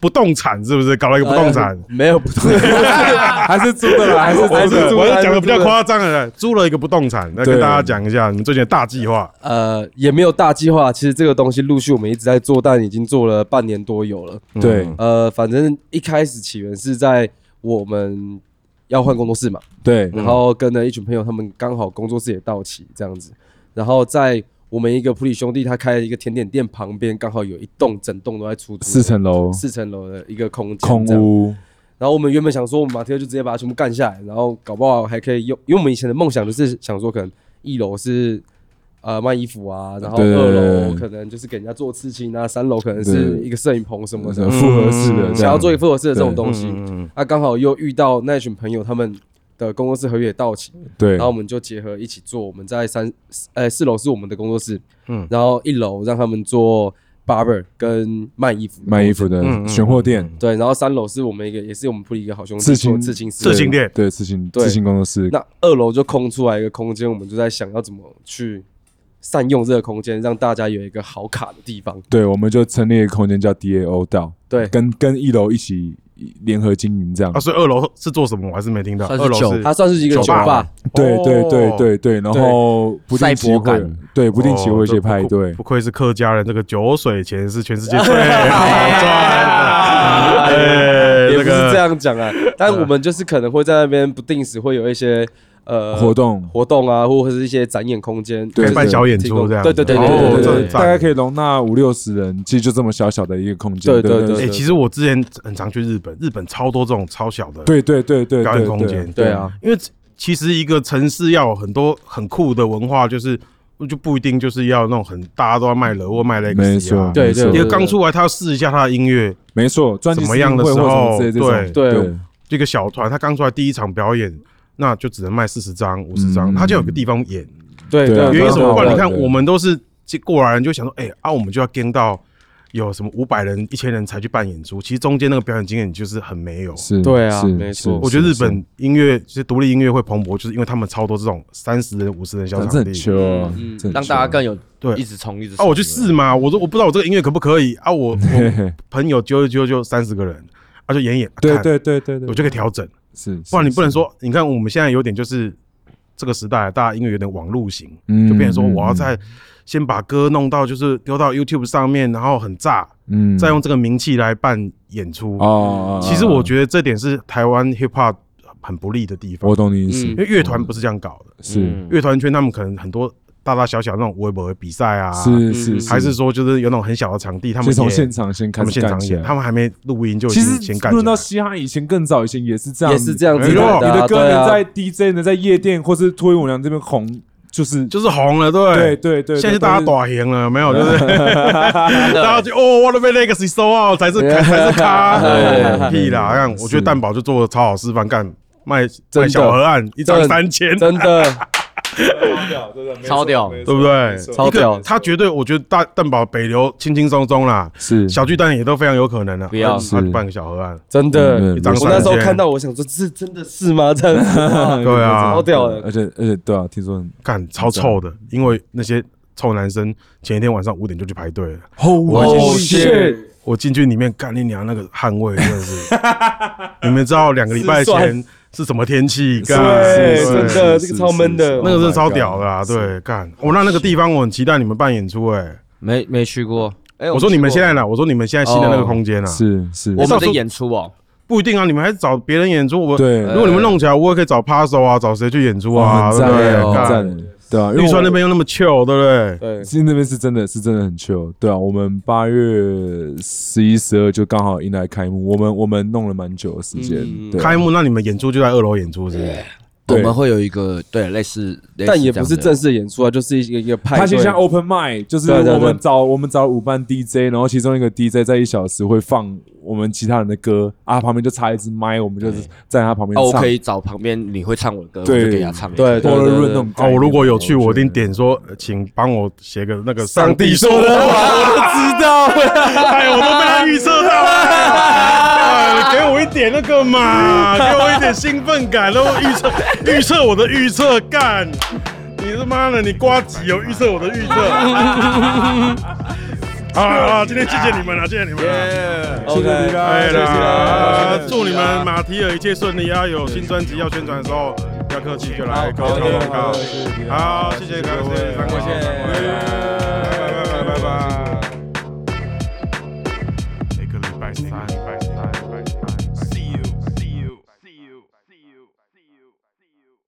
不动产，是不是？搞了一个不动产。
没有不动产，
还是租的啦，还是租
我
的。
是我是讲的比较夸张的，租了一个不动产，来跟
对
大家讲一下你们最近的大计划。
呃，也没有大计划。其实这个东西陆续我们一直在做，但已经做了半年多有了。
对
呃，反正一开始起源是在我们要换工作室嘛，
对
然后跟了一群朋友，他们刚好工作室也到齐这样子，然后在我们一个普里兄弟他开了一个甜点店旁边，刚好有一栋整栋都在出租的
四层楼
四层楼的一个空间
空
这样
屋，
然后我们原本想说，我们马特就直接把它全部干下来，然后搞不好还可以用，因为我们以前的梦想就是想说，可能一楼是呃卖衣服啊，然后
对
二楼可能就是给人家做刺青啊，三楼可能是一个摄影棚什么的，
复合式的，
嗯想要做一个复合式的这种
对
东西。
嗯
啊，刚好又遇到那群朋友他们的工作室合约也到期，
对
然后我们就结合一起做。我们在三呃四楼是我们的工作室，嗯，然后一楼让他们做 barber 跟卖衣服的
卖
工
衣
作
服的选货店、
对，然后三楼是我们一个，也是我们铺一个好兄弟
刺青
做刺青师
刺青店
对刺青
对
刺青工作室，
那二楼就空出来一个空间，我们就在想要怎么去善用这个空间，让大家有一个好卡的地方。
对，我们就成立一个空间叫 DAO 道，
对
跟跟一楼一起联合经营这样
啊，。所以二楼是做什么？我还是没听到。
算是
二楼
酒
是
它算是一个
酒
酒
吧
吧，
对对对
哦
对对，然后不定期
赛博
会
感
对不定期会有一些派
哦
对
不，不愧是客家人，这个酒水钱是全世界最好赚的。哎
也
这
不是这
个嗯
样 讲啊。但我们就是可能会在那边不定时会有一些呃
活
哦
动
活动啊，或者是一些展演空间，
可以
对
就是
办小演
提供
出这样。
对对对对
哦
对对
这
对
很
对
赞
大概可以容纳五六十人，其实就这么小小的一个空间。
对
对
对
哎、
对
其实我之前很常去日本，日本超多这种超小的
对对对对
表演
对
空间。
对
对啊，
因为其实一个城市要有很多很酷的文化，就是就不一定就是要那种很大家都要卖了或卖了
没错，
对
没错
因为刚出来，他要试一下他的音乐，
没错，专辑
怎么样的
试
时
听会
候，
或者什么之类
对
这种
对
对
这个小团，他刚出来第一场表演，那就只能卖四十张、五十张，
嗯
他就有个地方演。
对
对啊
原因是什么？不
对
然
对
你看，
对
我们都是过来人，就想说，哎啊，我们就要跟到有什么五百人、一千人才去办演出，其实中间那个表演经验就是很没有。
是，
对啊
是
没错
是
我觉得
是
日本音乐就是独立音乐会蓬勃，就是因为他们超多这种三十人、五十人小
是
场
这
地
很。球啊，
嗯
这很
让大家
chill
更有
对
一直冲一直
啊，
冲
我去试嘛，我说我不知道我这个音乐可不可以啊， 我我朋友揪一揪就三十个人，啊就演一演，啊
对
看
对对对对，
我就可以调整，
是，
不然你
是
不能，说，你看我们现在有点就是这个时代，大家音乐有点网路型，
嗯
就变成说我要
嗯
在先把歌弄到就是丢到 YouTube 上面，然后很炸，
嗯
再用这个名气来办演出。
哦，
其实我
得
觉得这点是台湾 hip hop 很不利的地方
我，嗯懂你意思
因，为乐团不是这样搞的，
是
乐团圈他们可能很多大大小小那种微博比赛啊，
是是
还是说就是有那种很小的场地，他们
先从
也
现场先
他
开
们
始
现
干
场
起
演，
来
他。们还没录音就已
其
经
实
先干起
论到
来。
嘻哈，以前更早以前也是这样，
也是这样子
没
你
错
的
的
你
啊，
的歌
对
能
啊
在 DJ 能在夜店或是脱衣舞娘这边红，就是
就是红了，
对
对。
对对，
现在
对
是大家，短型了，有没有，就是
啊
大家就哦，我的被 Legacy 收啊，才是才是 咖，
对
屁啦！看，
是
我觉得蛋堡就做的超好示范，干卖
真
卖
的
小河岸一张三千，
真 的。
超屌，
对不对？
错超
一个
屌
他绝对，我觉得大蛋堡北流轻轻松松啦，
是
小巨蛋也都非常有可能的。啊
不要
他
是
办个小河岸，
真
嗯
的，
一张
我
三
那时候
千
看到，我想说，这真的是吗？ 这 样子，哇
对啊
超屌的，
而且而且对啊，听说很
干超臭的，因为那些臭男生前一天晚上五点就去排队了。
我
已经
Oh shit！
我进去里面干你娘那个汗味真的是，你们知道两个礼拜前是什么天气？干
对
是
真的这个超闷的
那个
Oh
真的超屌的啊！对，干我那那个地方我很期待你们办演出哎。
没没去过。哎，
我说你们现
在
在呢？我说你们现在新的那个空间啊，
哦是是，
我
上
们
次
的演出哦，
不一定啊，你们还是找别人演出。我
对
如果你们弄起来，我也可以找 Paso 啊，找谁去演出
哇，
啊？
很
对
赞
不
欸，
对？
很
干
赞，对啊，因为
绿川
我
那边又那么 chill，对不对？
对，
其实那边是真的是真的很 chill，对啊，我们八月十一、十二就刚好迎
嗯
来开幕，我们我们弄了蛮久的时间，对啊
开幕那你们演出就在二楼演出是不是？
我
对
们会有一个对类似，类似
但也不
这
是
样的
正式的演出啊，就是一个一个派对。
它就像 open mic，就是
对对对
我们找我们找舞伴 DJ，然后其中一个 DJ 在一小时会放我们其他人的歌啊，旁边就插一支麦，我们就是
哎
在他旁边
哦，我
唱。
可以找旁边你会唱我的歌，我就
对
给他唱。
对对
多
对
了
对
润那种概
哦，
念。
我如果有去，我一定
觉得
点说，呃请帮我写个那个上帝说的话。
知道，
哎，我都被他预测到了。哎给我一点那个嘛，给我一点兴奋感，然后预测预测我的预测干。你他妈的，你瓜几有预测我的预测？好了好了，今天谢谢你们了，啊谢谢你们了。
谢谢你啦，
哎
谢谢
啦
啦，，
祝你们马蹄尔一切顺利啊！有新专辑要宣传的时候，不要客气，就来高
好
桥
谢谢
广告
好谢谢你。啦
好，谢谢各位，三位，
谢谢
拜拜拜拜拜拜。每个礼拜三，拜拜。